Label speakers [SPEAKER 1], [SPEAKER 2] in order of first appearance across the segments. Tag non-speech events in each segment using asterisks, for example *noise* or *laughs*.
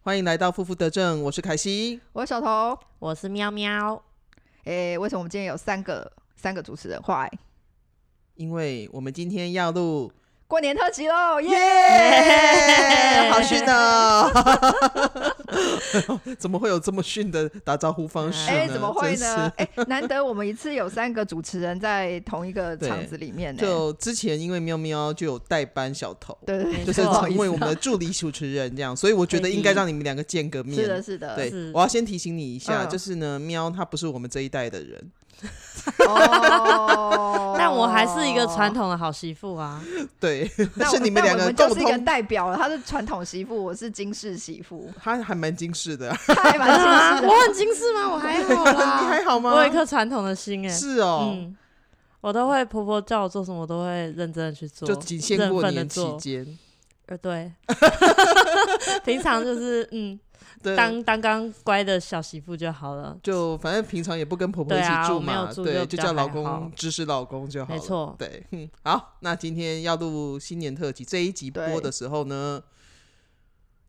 [SPEAKER 1] 欢迎来到负负得正，我是凯西。
[SPEAKER 2] 我是小头。
[SPEAKER 3] 我是喵喵，
[SPEAKER 2] 诶、为什么我们今天有三个三个主持人？坏，
[SPEAKER 1] 因为我们今天要录，
[SPEAKER 2] 过年特辑喽，耶、
[SPEAKER 1] 耶、好逊哦！ *laughs* 怎么会有这么逊的打招呼方式呢？
[SPEAKER 2] 哎、怎么会
[SPEAKER 1] 真
[SPEAKER 2] 呢
[SPEAKER 1] 是？
[SPEAKER 2] 哎、难得我们一次有三个主持人在同一个
[SPEAKER 1] 对
[SPEAKER 2] 场子里面呢、
[SPEAKER 1] 就之前因为喵喵就有代班小头，
[SPEAKER 2] 对对对，
[SPEAKER 1] 就是
[SPEAKER 3] 没错
[SPEAKER 2] 不好意
[SPEAKER 1] 因
[SPEAKER 2] 思
[SPEAKER 1] 为我们的助理主持人这样，所以我觉得应该让你们两个见个面。
[SPEAKER 2] 是的，是的，
[SPEAKER 1] 对
[SPEAKER 3] 是，
[SPEAKER 1] 我要先提醒你一下，
[SPEAKER 2] 嗯
[SPEAKER 1] 就是呢，喵他不是我们这一代的人， *laughs*
[SPEAKER 2] 哦
[SPEAKER 3] 但我还是一个传，统的好媳妇啊。
[SPEAKER 1] 对，
[SPEAKER 2] 那
[SPEAKER 1] 但
[SPEAKER 2] 我
[SPEAKER 1] 是你们
[SPEAKER 2] 那
[SPEAKER 1] 两
[SPEAKER 2] 我
[SPEAKER 1] 个
[SPEAKER 2] 们就
[SPEAKER 1] 共
[SPEAKER 2] 是一个
[SPEAKER 1] 同，
[SPEAKER 2] 代表了，她是传统媳妇，我是金氏媳妇，
[SPEAKER 1] 他还蛮精致的，
[SPEAKER 2] 太
[SPEAKER 1] *laughs* 啊
[SPEAKER 2] 蛮金氏的。
[SPEAKER 3] *laughs* 我很精致吗？我还好
[SPEAKER 2] 啊
[SPEAKER 1] 你
[SPEAKER 3] 啦
[SPEAKER 1] 还，好吗？
[SPEAKER 3] 我有一颗传统的心哎、
[SPEAKER 1] 是哦，
[SPEAKER 3] 嗯，我都会婆婆叫我做什么，我都会认真的去做，
[SPEAKER 1] 就仅限
[SPEAKER 3] 认
[SPEAKER 1] 过
[SPEAKER 3] 份地
[SPEAKER 1] 年期
[SPEAKER 3] 做
[SPEAKER 1] 间，
[SPEAKER 3] 呃，对， *laughs* 平常就是嗯，
[SPEAKER 1] 对，
[SPEAKER 3] 当当刚乖的小媳妇就好了。
[SPEAKER 1] 就反正平常也不跟婆婆一起
[SPEAKER 3] 对啊
[SPEAKER 1] 住
[SPEAKER 3] 我没有
[SPEAKER 1] 嘛，
[SPEAKER 3] 住
[SPEAKER 1] 对，
[SPEAKER 3] 就
[SPEAKER 1] 就
[SPEAKER 3] 比较
[SPEAKER 1] 叫老
[SPEAKER 3] 还好
[SPEAKER 1] 公支持老公就好了，
[SPEAKER 3] 没错
[SPEAKER 1] 对，哼好，那今天要录新年特辑这一集播
[SPEAKER 2] 对
[SPEAKER 1] 的时候呢，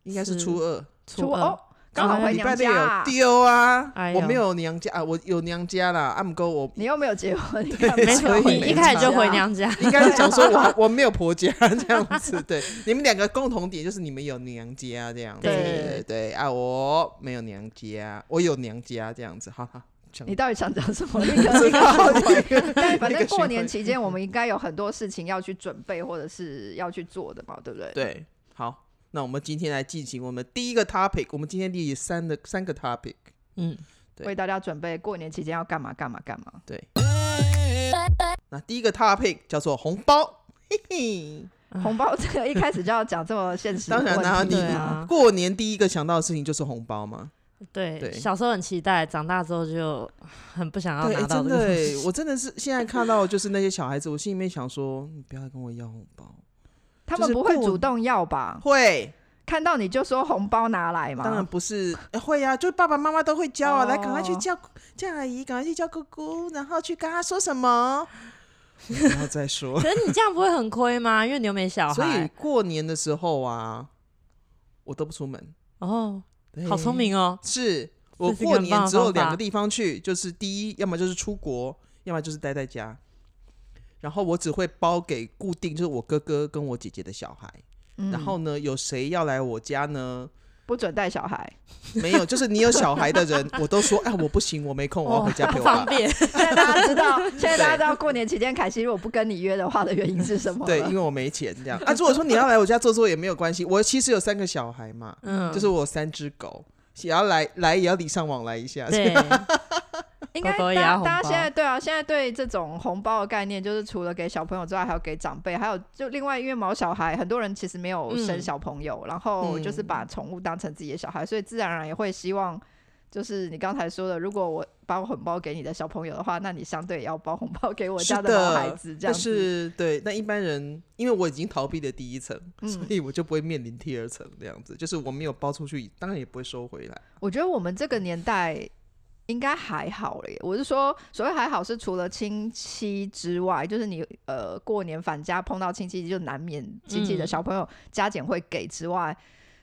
[SPEAKER 1] 应该是
[SPEAKER 3] 是
[SPEAKER 1] 初二，
[SPEAKER 3] *laughs*
[SPEAKER 2] 初
[SPEAKER 3] 二
[SPEAKER 2] 哦，刚好
[SPEAKER 3] 哦
[SPEAKER 2] 回
[SPEAKER 1] 礼拜
[SPEAKER 2] 娘
[SPEAKER 1] 六
[SPEAKER 2] 家
[SPEAKER 1] 有
[SPEAKER 2] 啊，
[SPEAKER 1] 丢啊
[SPEAKER 3] 哎，呦
[SPEAKER 1] 我没有娘家啊，我有娘家啦，按哥我
[SPEAKER 2] 你又没有结婚，你
[SPEAKER 1] 对
[SPEAKER 2] 干嘛
[SPEAKER 3] 没
[SPEAKER 1] 所
[SPEAKER 3] 错，
[SPEAKER 1] 以
[SPEAKER 3] 你
[SPEAKER 1] 没
[SPEAKER 3] 一开始就
[SPEAKER 1] 差
[SPEAKER 3] 回
[SPEAKER 1] *laughs*
[SPEAKER 3] 娘家，
[SPEAKER 1] 应该是讲说我我没有婆家这样子，对，你们两个共同点就是你们有娘家这样子，
[SPEAKER 2] 对
[SPEAKER 1] 对对对啊，我没有娘家，我有娘家这样子，好好，讲
[SPEAKER 2] 你到底想讲
[SPEAKER 1] *laughs*
[SPEAKER 2] 什么？一个一个但反正过年期间，我们应该有很多事情要去准备，或者是要去做的嘛，对不对？
[SPEAKER 1] 对，好，那我们今天来进行我们第一个 topic，我们今天第三的三个 topic，
[SPEAKER 3] 嗯，
[SPEAKER 1] 对
[SPEAKER 2] 为大家准备过年期间要干嘛干嘛干嘛。
[SPEAKER 1] 对，那第一个 topic 叫做红包，嘿嘿，
[SPEAKER 2] 红包这个一开始就要讲这么现实的
[SPEAKER 1] 嗯当
[SPEAKER 2] 问题，
[SPEAKER 1] 然啦、
[SPEAKER 3] 题对啊
[SPEAKER 1] 你过年第一个想到的事情就是红包嘛，
[SPEAKER 3] 对，
[SPEAKER 1] 对
[SPEAKER 3] 小时候很期待，长大之后就很不想要
[SPEAKER 1] 对，
[SPEAKER 3] 啊
[SPEAKER 1] 诶
[SPEAKER 3] 拿到
[SPEAKER 1] 真
[SPEAKER 3] 这
[SPEAKER 1] 的欸
[SPEAKER 3] 个东
[SPEAKER 1] 诶
[SPEAKER 3] 西。
[SPEAKER 1] 我真的是现在看到就是那些小孩子，我心里面想说，你不要来跟我要红包，
[SPEAKER 2] 他们不会主动要吧？
[SPEAKER 1] 会，
[SPEAKER 2] 看到你就说红包拿来嘛。
[SPEAKER 1] 当然不是、诶会呀、啊，就爸爸妈妈都会教啊，来赶快去
[SPEAKER 2] 哦
[SPEAKER 1] 叫叫阿姨，赶快去叫姑姑，然后去跟她说什么，不要再 *laughs* 说。
[SPEAKER 3] 可是你这样不会很亏吗？因为你又没小
[SPEAKER 1] 所以
[SPEAKER 3] 孩。
[SPEAKER 1] 过年的时候啊，我都不出门。
[SPEAKER 3] 哦，
[SPEAKER 1] 对
[SPEAKER 3] 好聪！明哦。
[SPEAKER 1] 是我
[SPEAKER 3] 这是一个
[SPEAKER 1] 过
[SPEAKER 3] 很棒
[SPEAKER 1] 年
[SPEAKER 3] 的
[SPEAKER 1] 只有
[SPEAKER 3] 方法
[SPEAKER 1] 两个地方去，就是第一，要么就是出国，要么就是待在家。然后我只会包给固定，就是我哥哥跟我姐姐的小孩。
[SPEAKER 2] 嗯
[SPEAKER 1] 然后呢，有谁要来我家呢？
[SPEAKER 2] 不准带小
[SPEAKER 1] *laughs*
[SPEAKER 2] 孩。
[SPEAKER 1] 没有，就是你有小孩的人，我都说，哎，我不行，我没空，我要回家陪
[SPEAKER 3] 不
[SPEAKER 1] 我
[SPEAKER 3] 哦 *laughs* 方
[SPEAKER 1] 爸。
[SPEAKER 3] 便。
[SPEAKER 2] 现在大家知道，
[SPEAKER 1] *laughs*
[SPEAKER 2] 现在大家知道过年期间凯西如果不跟你约的话的原因是什么
[SPEAKER 1] 对，
[SPEAKER 2] 了
[SPEAKER 1] 因为我没钱这样 *laughs* 啊。如果说你要来我家坐坐也没有关系，我其实有三个小孩嘛，
[SPEAKER 3] 嗯，
[SPEAKER 1] *laughs* 就是我有三只狗，也要来来也要礼尚往来一
[SPEAKER 3] *laughs*
[SPEAKER 1] 下。
[SPEAKER 3] 对，
[SPEAKER 2] 应该
[SPEAKER 3] 狗狗
[SPEAKER 2] 大
[SPEAKER 3] 也要
[SPEAKER 2] 家
[SPEAKER 3] 红
[SPEAKER 2] 大家
[SPEAKER 3] 包
[SPEAKER 2] 现在对啊，现在对这种红包的概念，就是除了给小朋友之外，还有给长辈，还有就另外因为毛小孩，很多人其实没有生
[SPEAKER 3] 嗯
[SPEAKER 2] 小朋友，然后就是把宠物当成自己的小孩，所以自然而然也会希望，就是你刚才说的，如果我包红包给你的小朋友的话，那你相对也要包红包给我
[SPEAKER 1] 是
[SPEAKER 2] 家
[SPEAKER 1] 的
[SPEAKER 2] 毛孩子，这
[SPEAKER 1] 但
[SPEAKER 2] 样子。
[SPEAKER 1] 是对，但一般人因为我已经逃避了第一层，所
[SPEAKER 2] 嗯，
[SPEAKER 1] 以我就不会面临第二层这样子，就是我没有包出去，当然也不会收回来。
[SPEAKER 2] 我觉得我们这个年代。应该还好了耶，我是说，所谓还好是除了亲戚之外，就是你呃过年返家碰到亲戚，就难免亲戚的
[SPEAKER 3] 嗯
[SPEAKER 2] 小朋友加减会给之外，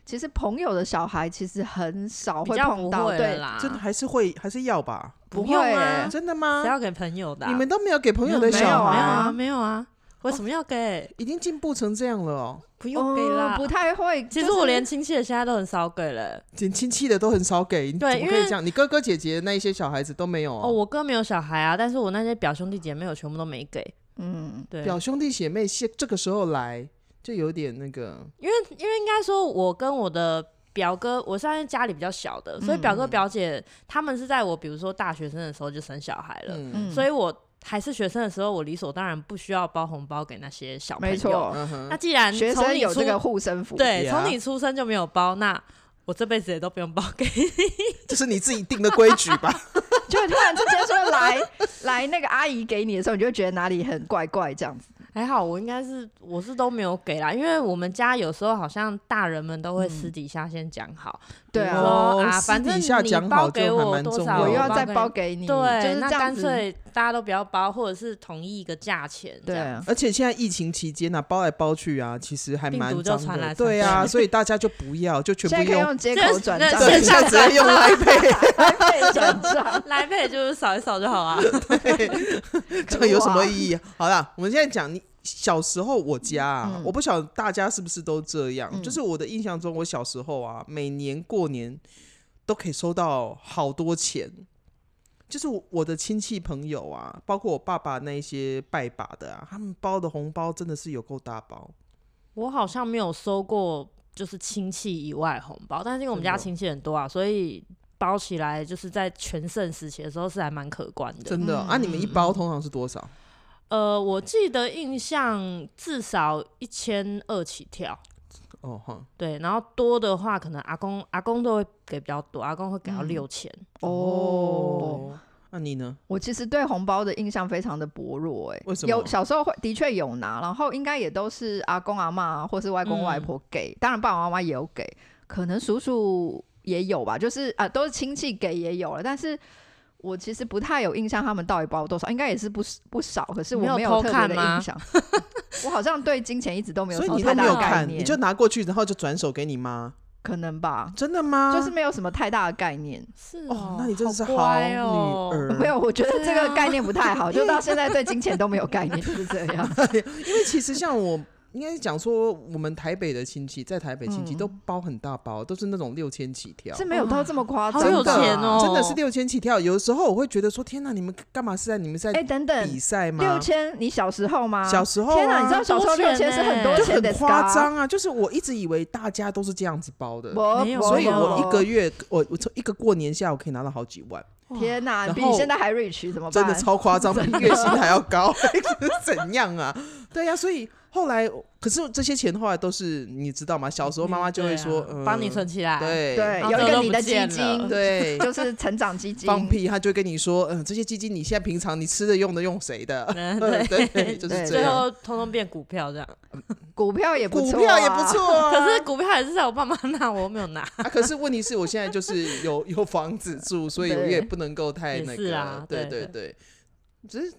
[SPEAKER 2] 其实朋友的小孩其实很少
[SPEAKER 3] 比
[SPEAKER 2] 会
[SPEAKER 3] 较
[SPEAKER 2] 碰
[SPEAKER 3] 不
[SPEAKER 2] 到，
[SPEAKER 3] 会了
[SPEAKER 2] 对，
[SPEAKER 3] 啦。
[SPEAKER 1] 真的还是会还是要吧？
[SPEAKER 2] 不
[SPEAKER 3] 用
[SPEAKER 2] 会
[SPEAKER 3] 啊
[SPEAKER 2] 耶
[SPEAKER 1] 真的
[SPEAKER 3] 只
[SPEAKER 1] 吗？
[SPEAKER 3] 要给朋友的啊、
[SPEAKER 1] 你们都没有给朋友的
[SPEAKER 2] 没有
[SPEAKER 1] 小
[SPEAKER 2] 啊
[SPEAKER 1] 孩，
[SPEAKER 3] 没有啊，没有啊，为什么要给？
[SPEAKER 1] 已经进步成这样了哦，
[SPEAKER 3] 不
[SPEAKER 2] 哦
[SPEAKER 3] 用给啦。
[SPEAKER 2] 不太会。就
[SPEAKER 3] 其实
[SPEAKER 2] 是
[SPEAKER 3] 我连亲戚的现在都很少给了、
[SPEAKER 1] 连亲戚的都很少给，你怎
[SPEAKER 3] 对
[SPEAKER 1] 么可
[SPEAKER 3] 因
[SPEAKER 1] 以
[SPEAKER 3] 为
[SPEAKER 1] 这样？你哥哥姐姐那一些小孩子都没有
[SPEAKER 3] 哦，我哥没有小孩啊，但是我那些表兄弟姐妹我全部都没给。
[SPEAKER 2] 嗯，
[SPEAKER 3] 对，
[SPEAKER 1] 表兄弟姐妹现这个时候来就有点那个，
[SPEAKER 3] 因为因为应该说，我跟我的表哥，我算是家里比较小的，所以表哥表姐他们是在我比如说大学生的时候就生小孩了，
[SPEAKER 1] 嗯
[SPEAKER 2] 嗯
[SPEAKER 3] 所以我还是学生的时候，我理所当然不需要包红包给那些小朋友。
[SPEAKER 2] 没错，
[SPEAKER 1] 嗯
[SPEAKER 3] 那
[SPEAKER 1] 哼，
[SPEAKER 3] 既然
[SPEAKER 2] 学
[SPEAKER 3] 从
[SPEAKER 2] 生
[SPEAKER 3] 你
[SPEAKER 2] 有这
[SPEAKER 3] 出
[SPEAKER 2] 个护身符，
[SPEAKER 3] 对，
[SPEAKER 1] Yeah
[SPEAKER 3] 从你出生就没有包，那我这辈子也都不用包给。
[SPEAKER 1] 这是你自己定的规矩吧？ *laughs*
[SPEAKER 2] *laughs* 就突然之间说来来那个阿姨给你的时候，你就会觉得哪里很怪怪这样子。
[SPEAKER 3] *laughs* 还好，我应该是我是都没有给啦，因为我们家有时候好像大人们都会私底下先讲好，
[SPEAKER 2] 对
[SPEAKER 3] 比
[SPEAKER 2] 啊
[SPEAKER 3] 如说
[SPEAKER 1] 哦
[SPEAKER 3] 啊，反正
[SPEAKER 1] 私底下
[SPEAKER 3] 你
[SPEAKER 1] 讲好
[SPEAKER 3] 包
[SPEAKER 1] 就
[SPEAKER 3] 给
[SPEAKER 1] 还
[SPEAKER 3] 我
[SPEAKER 1] 蛮
[SPEAKER 3] 多
[SPEAKER 1] 重
[SPEAKER 3] 少，
[SPEAKER 1] 要
[SPEAKER 2] 我又
[SPEAKER 1] 的
[SPEAKER 2] 要
[SPEAKER 3] 包
[SPEAKER 2] 再
[SPEAKER 3] 给
[SPEAKER 2] 包
[SPEAKER 3] 你
[SPEAKER 2] 给你，
[SPEAKER 3] 对，
[SPEAKER 2] 就是
[SPEAKER 3] 那
[SPEAKER 2] 这样
[SPEAKER 3] 干
[SPEAKER 2] 子。
[SPEAKER 3] 脆大家都不要包，或者是统一一个价钱，
[SPEAKER 2] 对
[SPEAKER 3] 这样
[SPEAKER 2] 啊，
[SPEAKER 1] 而且现在疫情期间呢、啊，包来包去啊，其实还
[SPEAKER 3] 病
[SPEAKER 1] 蛮
[SPEAKER 3] 毒就
[SPEAKER 1] 脏
[SPEAKER 3] 传来
[SPEAKER 1] 的。
[SPEAKER 3] 传
[SPEAKER 1] 对啊，
[SPEAKER 3] 去
[SPEAKER 1] 所以大家就不要，就全
[SPEAKER 2] 现
[SPEAKER 1] 部
[SPEAKER 2] 在可以
[SPEAKER 1] 用
[SPEAKER 2] 用 *laughs* 接
[SPEAKER 3] 这
[SPEAKER 2] 口
[SPEAKER 3] 是
[SPEAKER 2] 转
[SPEAKER 3] 那
[SPEAKER 2] 账，
[SPEAKER 3] 线
[SPEAKER 1] 对，
[SPEAKER 3] 上
[SPEAKER 1] 下
[SPEAKER 2] *laughs*
[SPEAKER 1] 直接用来配，
[SPEAKER 2] 对转账，
[SPEAKER 3] *laughs* 来配就是扫一扫就好啊。
[SPEAKER 1] 这个有什么
[SPEAKER 2] 哇
[SPEAKER 1] 意义？ *laughs* 好啦，我们现在讲你小时候我家、啊，
[SPEAKER 2] 嗯
[SPEAKER 1] 我不晓得大家是不是都这样，
[SPEAKER 2] 嗯
[SPEAKER 1] 就是我的印象中，我小时候啊，每年过年都可以收到好多钱。就是我我的亲戚朋友啊，包括我爸爸那一些拜把的啊，他们包的红包真的是有够大包。
[SPEAKER 3] *laughs* 我好像没有收过就是亲戚以外红包，但是因为我们家
[SPEAKER 1] 真的
[SPEAKER 3] 亲戚很多啊，所以包起来就是在全盛时期的时候是还蛮可观的。
[SPEAKER 1] 真的
[SPEAKER 2] 嗯
[SPEAKER 1] 啊！你们一包通常是多少？
[SPEAKER 3] 呃，我记得印象至少一千二起跳，
[SPEAKER 1] 哦哈，
[SPEAKER 3] 对，然后多的话可能阿公阿公都会给比较多，阿公会给到
[SPEAKER 2] 嗯
[SPEAKER 3] 六千。
[SPEAKER 2] 哦，，
[SPEAKER 1] 那你呢？
[SPEAKER 2] 我其实对红包的印象非常的薄弱、欸，哎，
[SPEAKER 1] 为什么
[SPEAKER 2] 有小时候会的确有拿，然后应该也都是阿公阿妈或是外公
[SPEAKER 1] 嗯
[SPEAKER 2] 外婆给，当然爸爸妈妈也有给，可能叔叔也有吧，就是啊、都是亲戚给也有了，但是。我其实不太有印象，他们到底包多少，应该也是不不少，可是我
[SPEAKER 3] 你有
[SPEAKER 2] 没
[SPEAKER 3] 偷
[SPEAKER 2] 有特别
[SPEAKER 3] 看
[SPEAKER 2] 的
[SPEAKER 3] 吗
[SPEAKER 2] 印象。 *laughs* 我好像对金钱一直都没有
[SPEAKER 1] 所
[SPEAKER 2] 什
[SPEAKER 1] 以
[SPEAKER 2] 么
[SPEAKER 1] 你
[SPEAKER 2] 太
[SPEAKER 1] 都没有
[SPEAKER 2] 大的概
[SPEAKER 1] 看，
[SPEAKER 2] 念，
[SPEAKER 1] 你就拿过去，然后就转手给你妈，
[SPEAKER 2] 可能吧，
[SPEAKER 1] 真的吗？
[SPEAKER 2] 就是没有什么太大的概念。
[SPEAKER 3] 是
[SPEAKER 1] 哦，那你真的是好
[SPEAKER 3] 乖
[SPEAKER 1] 女
[SPEAKER 3] 哦。
[SPEAKER 1] 儿。
[SPEAKER 2] *laughs* 没有，我觉得
[SPEAKER 3] 对
[SPEAKER 2] 这个
[SPEAKER 3] 啊
[SPEAKER 2] 概念不太好，就到现在对金钱都没
[SPEAKER 1] *laughs*
[SPEAKER 2] 有概念，就是这样。
[SPEAKER 1] 因为其实像我，应该讲说，我们台北的亲戚在台北亲戚
[SPEAKER 2] 嗯
[SPEAKER 1] 都包很大包，都是那种六千起跳
[SPEAKER 2] 是。没有到这么夸张，
[SPEAKER 3] 好有
[SPEAKER 1] 真的
[SPEAKER 3] 钱哦
[SPEAKER 1] 真的是六千起跳。有时候我会觉得说，天哪，你们干嘛是在你们是
[SPEAKER 2] 哎、
[SPEAKER 1] 在
[SPEAKER 2] 等
[SPEAKER 1] 比
[SPEAKER 2] 等，
[SPEAKER 1] 赛吗？
[SPEAKER 2] 六千，你小时候吗？
[SPEAKER 1] 小时候
[SPEAKER 2] 天
[SPEAKER 1] 啊
[SPEAKER 2] 你知道小时候
[SPEAKER 3] 多钱
[SPEAKER 2] 六千是很多
[SPEAKER 1] 就
[SPEAKER 2] 钱的
[SPEAKER 1] 很夸。张啊！就是我一直以为大家都是这样子包的，
[SPEAKER 2] 我
[SPEAKER 3] 没有
[SPEAKER 1] 所以
[SPEAKER 3] 没有
[SPEAKER 1] 我一个月，我我从一个过年下，我可以拿到好几万，
[SPEAKER 2] 天哪，
[SPEAKER 1] 然
[SPEAKER 2] 比
[SPEAKER 1] 后
[SPEAKER 2] 你现在还 rich 怎么办？
[SPEAKER 1] 真的超夸
[SPEAKER 3] *laughs*
[SPEAKER 1] 张，比
[SPEAKER 2] 真的
[SPEAKER 1] 月薪还要高， *laughs* 哎是怎样啊？对呀、所以后来，可是这些钱后来都是你知道吗？小时候妈妈就会说，
[SPEAKER 3] 对啊
[SPEAKER 1] 嗯，
[SPEAKER 3] 帮你存起来。
[SPEAKER 1] 对
[SPEAKER 2] 对，
[SPEAKER 3] 然
[SPEAKER 2] 有
[SPEAKER 3] 后
[SPEAKER 2] 一
[SPEAKER 3] 最后
[SPEAKER 2] 个
[SPEAKER 3] 都
[SPEAKER 2] 你
[SPEAKER 3] 不
[SPEAKER 2] 的基
[SPEAKER 3] 见了
[SPEAKER 2] 金，，
[SPEAKER 3] *laughs*
[SPEAKER 1] 对
[SPEAKER 2] 就是成长基金。
[SPEAKER 1] 放屁，他就会跟你说，嗯，这些基金你现在平常你吃的用的用谁的？*laughs*
[SPEAKER 3] 嗯
[SPEAKER 1] 对就是
[SPEAKER 2] 对
[SPEAKER 1] 这
[SPEAKER 3] 最
[SPEAKER 1] 样。
[SPEAKER 3] 后通通变股票这样，
[SPEAKER 2] 股票也不
[SPEAKER 1] 股
[SPEAKER 2] 错、啊，
[SPEAKER 1] 票也不。错啊，
[SPEAKER 3] *laughs* 可是股票也是在我爸妈那，我又没有拿。
[SPEAKER 1] 啊，可是问题是我现在就是有 *laughs* 有房子住，所以我
[SPEAKER 2] 对
[SPEAKER 1] 也不能够太
[SPEAKER 3] 也
[SPEAKER 1] 那
[SPEAKER 3] 是
[SPEAKER 1] 个，
[SPEAKER 3] 啊
[SPEAKER 1] 对
[SPEAKER 3] 对
[SPEAKER 1] 对，只是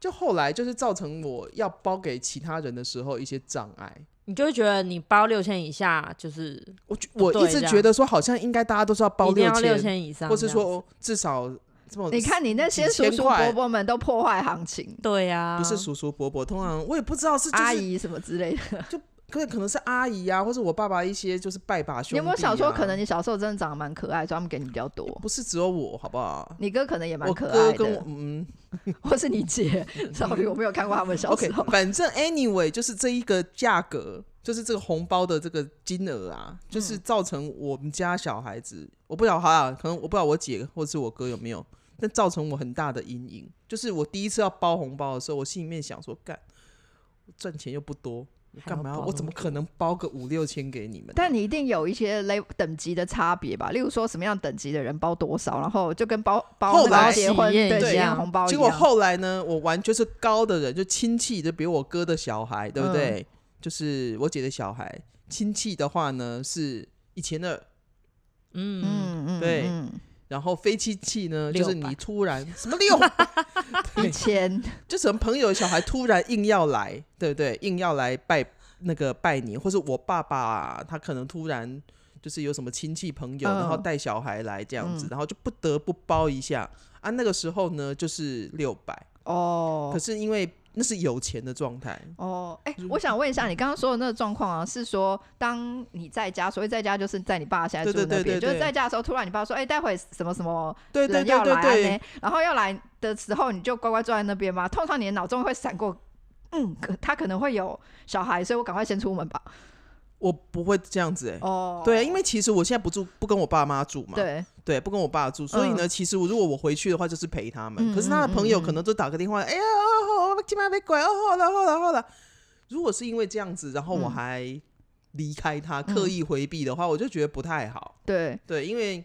[SPEAKER 1] 就后来就是造成我要包给其他人的时候一些障碍。
[SPEAKER 3] *laughs* 你就会觉得你包六千以下就是
[SPEAKER 1] 我觉
[SPEAKER 2] 哦
[SPEAKER 1] 我
[SPEAKER 3] 对
[SPEAKER 1] 一直
[SPEAKER 3] 这样
[SPEAKER 1] 觉得说，好像应该大家都是要包
[SPEAKER 3] 一定
[SPEAKER 1] 六
[SPEAKER 3] 要六
[SPEAKER 1] 千，
[SPEAKER 3] 千以上这样，
[SPEAKER 1] 或是说哦至少这么
[SPEAKER 2] 你看你那些
[SPEAKER 1] 几
[SPEAKER 2] 叔
[SPEAKER 1] 千
[SPEAKER 2] 叔
[SPEAKER 1] 块
[SPEAKER 2] 伯伯们都破坏行情，
[SPEAKER 3] 对呀，
[SPEAKER 1] 不是叔叔伯伯，通常我也不知道是就是啊
[SPEAKER 2] 啊阿，姨什么之类的。
[SPEAKER 1] 可可能是阿姨啊，或者我爸爸一些就是拜把兄弟、啊。
[SPEAKER 2] 你有没有想说，可能你小时候真的长得蛮可爱，所以他们给你比较多？
[SPEAKER 1] 不是只有我，好不好？
[SPEAKER 2] 你哥可能也蛮
[SPEAKER 1] 我
[SPEAKER 2] 可
[SPEAKER 1] 哥
[SPEAKER 2] 爱
[SPEAKER 1] 跟我
[SPEAKER 2] 的，
[SPEAKER 1] 嗯。
[SPEAKER 2] 或是你姐。sorry，我没有 *laughs* 看过他们小
[SPEAKER 1] OK，
[SPEAKER 2] 时候。
[SPEAKER 1] 反正 anyway 就是这一个价格，就是这个红包的这个金额啊，
[SPEAKER 2] 嗯
[SPEAKER 1] 就是造成我们家小孩子，我不晓得好啊，可能我不知道我姐或是我哥有没有，但造成我很大的阴影。就是我第一次要包红包的时候，我心里面想说，干，我赚钱又不多，我
[SPEAKER 3] 还要
[SPEAKER 1] 干嘛要？
[SPEAKER 3] 包
[SPEAKER 1] 我怎么可能包个五六千给你们啊、
[SPEAKER 2] 但你一定有一些 level 等级的差别吧？例如说什么样等级的人包多少，然后就跟包包
[SPEAKER 1] 后
[SPEAKER 2] 那
[SPEAKER 1] 来
[SPEAKER 2] 个结婚
[SPEAKER 3] 喜
[SPEAKER 2] 对
[SPEAKER 3] 宴
[SPEAKER 1] 一样
[SPEAKER 2] 喜宴红包一样。
[SPEAKER 1] 结果后来呢，我完全是高的人，就亲戚，就比我哥的小孩，
[SPEAKER 2] 嗯
[SPEAKER 1] 对不对？就是我姐的小孩，亲戚的话呢是一千二，
[SPEAKER 3] 嗯，
[SPEAKER 2] 嗯嗯
[SPEAKER 1] 对
[SPEAKER 2] 嗯
[SPEAKER 1] 然后非亲戚呢，
[SPEAKER 3] 六
[SPEAKER 1] 就
[SPEAKER 3] 百
[SPEAKER 1] 是你突然什么
[SPEAKER 2] *laughs*
[SPEAKER 1] 六百，*laughs*
[SPEAKER 2] 一千
[SPEAKER 1] 就什么朋友小孩突然硬要来，对不对？硬要来拜那个拜年，或是我爸爸、他可能突然就是有什么亲戚朋友，
[SPEAKER 2] 嗯
[SPEAKER 1] 然后带小孩来这样子，
[SPEAKER 2] 嗯
[SPEAKER 1] 然后就不得不包一下啊。那个时候呢，就是六百，
[SPEAKER 2] 哦
[SPEAKER 1] 可是因为那是有钱的状态，
[SPEAKER 2] 哦，哎、我想问一下，你刚刚说的那个状况啊，是说当你在家，所谓在家就是在你爸现在住的那
[SPEAKER 1] 对对对
[SPEAKER 2] 边，
[SPEAKER 1] 对
[SPEAKER 2] 就是在家的时候，突然你爸说，哎、待会什么什么
[SPEAKER 1] 对对
[SPEAKER 2] 人
[SPEAKER 1] 对
[SPEAKER 2] 要来
[SPEAKER 1] 对
[SPEAKER 2] 啊
[SPEAKER 1] 对，
[SPEAKER 2] 呢，然后要来的时候，你就乖乖坐在那边吗？通常你的脑中会闪过。嗯，可他可能会有小孩，所以我赶快先出门吧。
[SPEAKER 1] 我不会这样子哎、欸。
[SPEAKER 2] 哦，
[SPEAKER 1] 对，因为其实我现在不住，不跟我爸妈住嘛，
[SPEAKER 2] 对，
[SPEAKER 1] 对不跟我爸住，所以呢，其实我如果我回去的话，就是陪他们。
[SPEAKER 2] 嗯
[SPEAKER 1] 可是他的朋友
[SPEAKER 2] 嗯嗯
[SPEAKER 1] 可能都打个电话，哎呀，哦，今晚被拐，哦，好了，好了，好了。如果是因为这样子，然后我
[SPEAKER 2] 嗯
[SPEAKER 1] 还离开他，刻意回避的话，我就觉得不太好。
[SPEAKER 2] 对，
[SPEAKER 1] 对，因为嗯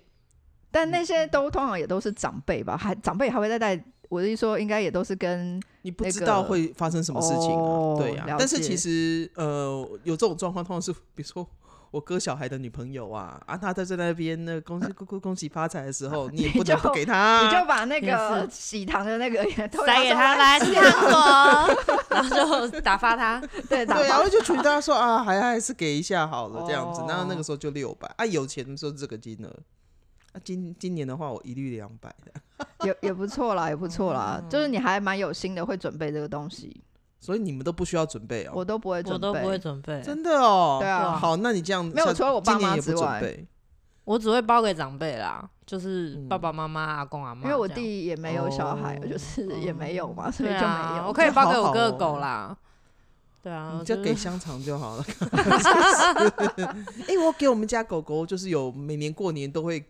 [SPEAKER 2] 但那些都通常也都是长辈吧，还长辈还会再带。我的意思说，应该也都是跟
[SPEAKER 1] 你不
[SPEAKER 2] 那
[SPEAKER 1] 知道
[SPEAKER 2] 个
[SPEAKER 1] 会发生什么事情啊，
[SPEAKER 2] 哦
[SPEAKER 1] 对呀、
[SPEAKER 2] 了
[SPEAKER 1] 但是
[SPEAKER 2] 解
[SPEAKER 1] 其实呃，有这种状况，通常是比如说我哥小孩的女朋友啊，啊，她在在那边那恭喜恭恭喜发财的时
[SPEAKER 2] *laughs*
[SPEAKER 1] 候，你也
[SPEAKER 2] 你
[SPEAKER 1] 不能
[SPEAKER 2] 就
[SPEAKER 1] 不给她啊、
[SPEAKER 2] 你就把那
[SPEAKER 3] 也
[SPEAKER 2] 个
[SPEAKER 3] 是
[SPEAKER 2] *laughs* 喜糖的那个也都
[SPEAKER 3] 塞给他来吃糖 *laughs* 果，然后就打发他。
[SPEAKER 1] *laughs*
[SPEAKER 2] 对打
[SPEAKER 1] 对啊，
[SPEAKER 2] 包
[SPEAKER 1] 我就觉得他说啊，还还是给一下好了这样子。那、
[SPEAKER 2] 哦
[SPEAKER 1] 那个时候就六百啊，有钱的时候这个金额。啊，今今年的话，我一律两百的，
[SPEAKER 2] 也也不错啦，也不错啦，
[SPEAKER 1] 嗯
[SPEAKER 2] 就是你还蛮有心的，会准备这个东西，
[SPEAKER 1] 所以你们都不需要准备
[SPEAKER 2] 我
[SPEAKER 1] 哦，
[SPEAKER 2] 都不会准
[SPEAKER 3] 我
[SPEAKER 2] 备，
[SPEAKER 3] 都不会准备，
[SPEAKER 1] 真的哦。
[SPEAKER 2] 对啊
[SPEAKER 1] 哇好，那你这样
[SPEAKER 2] 没有
[SPEAKER 1] 下
[SPEAKER 2] 除了我爸
[SPEAKER 1] 今年
[SPEAKER 2] 妈
[SPEAKER 1] 也不
[SPEAKER 2] 之
[SPEAKER 1] 准
[SPEAKER 2] 外
[SPEAKER 1] 备
[SPEAKER 3] 我只会包给长辈啦，就是
[SPEAKER 1] 嗯
[SPEAKER 3] 爸爸妈妈、阿公阿妈。
[SPEAKER 2] 因为我弟也没有小孩，
[SPEAKER 1] 哦
[SPEAKER 2] 就是也没有嘛，所以
[SPEAKER 3] 对
[SPEAKER 2] 就没
[SPEAKER 3] 啊，
[SPEAKER 2] 有。
[SPEAKER 3] 我可以
[SPEAKER 1] 这好
[SPEAKER 3] 包给我
[SPEAKER 1] 好
[SPEAKER 3] 哥
[SPEAKER 1] 哦
[SPEAKER 3] 的狗啦。对啊，
[SPEAKER 1] 你
[SPEAKER 2] 哦
[SPEAKER 3] 我
[SPEAKER 1] 就是给香肠就
[SPEAKER 2] *laughs*
[SPEAKER 1] 好了。 *laughs* 哎、我给我们家狗狗就是有每年过年都会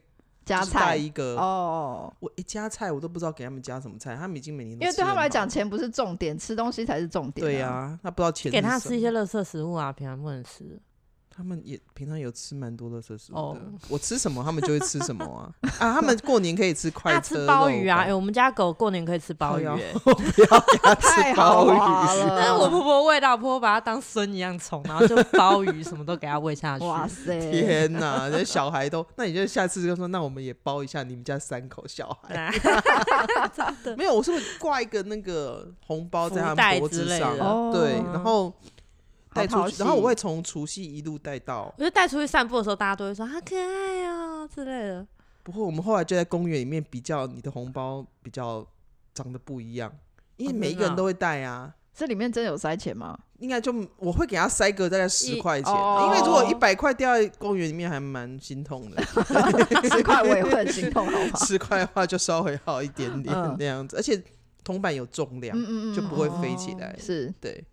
[SPEAKER 2] 加
[SPEAKER 1] 就是带
[SPEAKER 2] 菜
[SPEAKER 1] 一个，
[SPEAKER 2] 哦，
[SPEAKER 1] 我一加菜我都不知道给他们加什么菜，他们已经每年都
[SPEAKER 2] 因为对
[SPEAKER 1] 吃
[SPEAKER 2] 他们
[SPEAKER 1] 很
[SPEAKER 2] 来
[SPEAKER 1] 好
[SPEAKER 2] 讲，，钱不啊是重点，吃东西才是重点。
[SPEAKER 1] 对啊呀、
[SPEAKER 2] 呀，
[SPEAKER 1] 他不知道钱
[SPEAKER 3] 给
[SPEAKER 1] 是
[SPEAKER 3] 他
[SPEAKER 1] 什
[SPEAKER 3] 吃一
[SPEAKER 1] 么
[SPEAKER 3] 些垃圾食物啊，平常不能吃。
[SPEAKER 1] 他们也平常有吃蛮多的色食物的，
[SPEAKER 3] 哦
[SPEAKER 1] 我吃什么他们就会吃什么
[SPEAKER 3] *laughs*
[SPEAKER 1] 啊啊！他们过年可以吃快
[SPEAKER 3] 他
[SPEAKER 1] 车
[SPEAKER 3] 吃
[SPEAKER 1] 肉
[SPEAKER 3] 鲍鱼啊，哎、
[SPEAKER 1] 饭
[SPEAKER 3] 我们家狗过年可以吃鲍鱼、
[SPEAKER 1] 哎呦
[SPEAKER 3] 哎
[SPEAKER 1] 不要给他
[SPEAKER 2] 太
[SPEAKER 1] 吃
[SPEAKER 2] 豪
[SPEAKER 1] 鲍
[SPEAKER 2] 华
[SPEAKER 1] 鱼，
[SPEAKER 3] 但是我
[SPEAKER 2] 了，
[SPEAKER 3] 婆婆喂到婆婆把它当孙一样宠，然后就鲍鱼什么都给它喂下去。
[SPEAKER 2] 哇
[SPEAKER 3] *laughs*
[SPEAKER 2] 塞，
[SPEAKER 1] 天哪，那小孩都，那你就下次就说，那我们也包一下你们家三口小孩。
[SPEAKER 3] 啊
[SPEAKER 1] 没有，我是会挂一个那个红包在他
[SPEAKER 3] 福袋
[SPEAKER 1] 们脖子
[SPEAKER 3] 之类
[SPEAKER 1] 上，
[SPEAKER 3] 的
[SPEAKER 2] 哦
[SPEAKER 1] 对，然后带
[SPEAKER 2] 好
[SPEAKER 1] 出
[SPEAKER 2] 讨
[SPEAKER 1] 去，然后
[SPEAKER 2] 喜
[SPEAKER 1] 我会从除夕一路带到。
[SPEAKER 3] 我就带出去散步的时候，大家都会说啊好可爱哦、之类的。
[SPEAKER 1] 不过我们后来就在公园里面比较你的红包比较长得不一样，因为
[SPEAKER 3] 哦
[SPEAKER 1] 每一
[SPEAKER 3] 真
[SPEAKER 1] 个
[SPEAKER 3] 的
[SPEAKER 1] 人
[SPEAKER 3] 哦
[SPEAKER 1] 都会带啊。
[SPEAKER 2] 这里面真的有塞
[SPEAKER 1] *laughs*
[SPEAKER 2] 钱吗？
[SPEAKER 1] 应该就我会给他塞个大概十
[SPEAKER 3] 一
[SPEAKER 1] 块钱啊，
[SPEAKER 2] 哦
[SPEAKER 1] 因为如果一百块掉在公园里面还蛮心痛
[SPEAKER 2] *laughs*
[SPEAKER 1] 的，
[SPEAKER 2] 十块我也会很心痛，好
[SPEAKER 1] *laughs*
[SPEAKER 2] 吗？
[SPEAKER 1] 十块的话就稍微好一点点
[SPEAKER 2] 嗯
[SPEAKER 1] 那样子，而且铜板有重量，
[SPEAKER 2] 嗯嗯嗯，
[SPEAKER 1] 就不会飞起
[SPEAKER 3] 哦
[SPEAKER 1] 来。
[SPEAKER 2] 是
[SPEAKER 1] 对，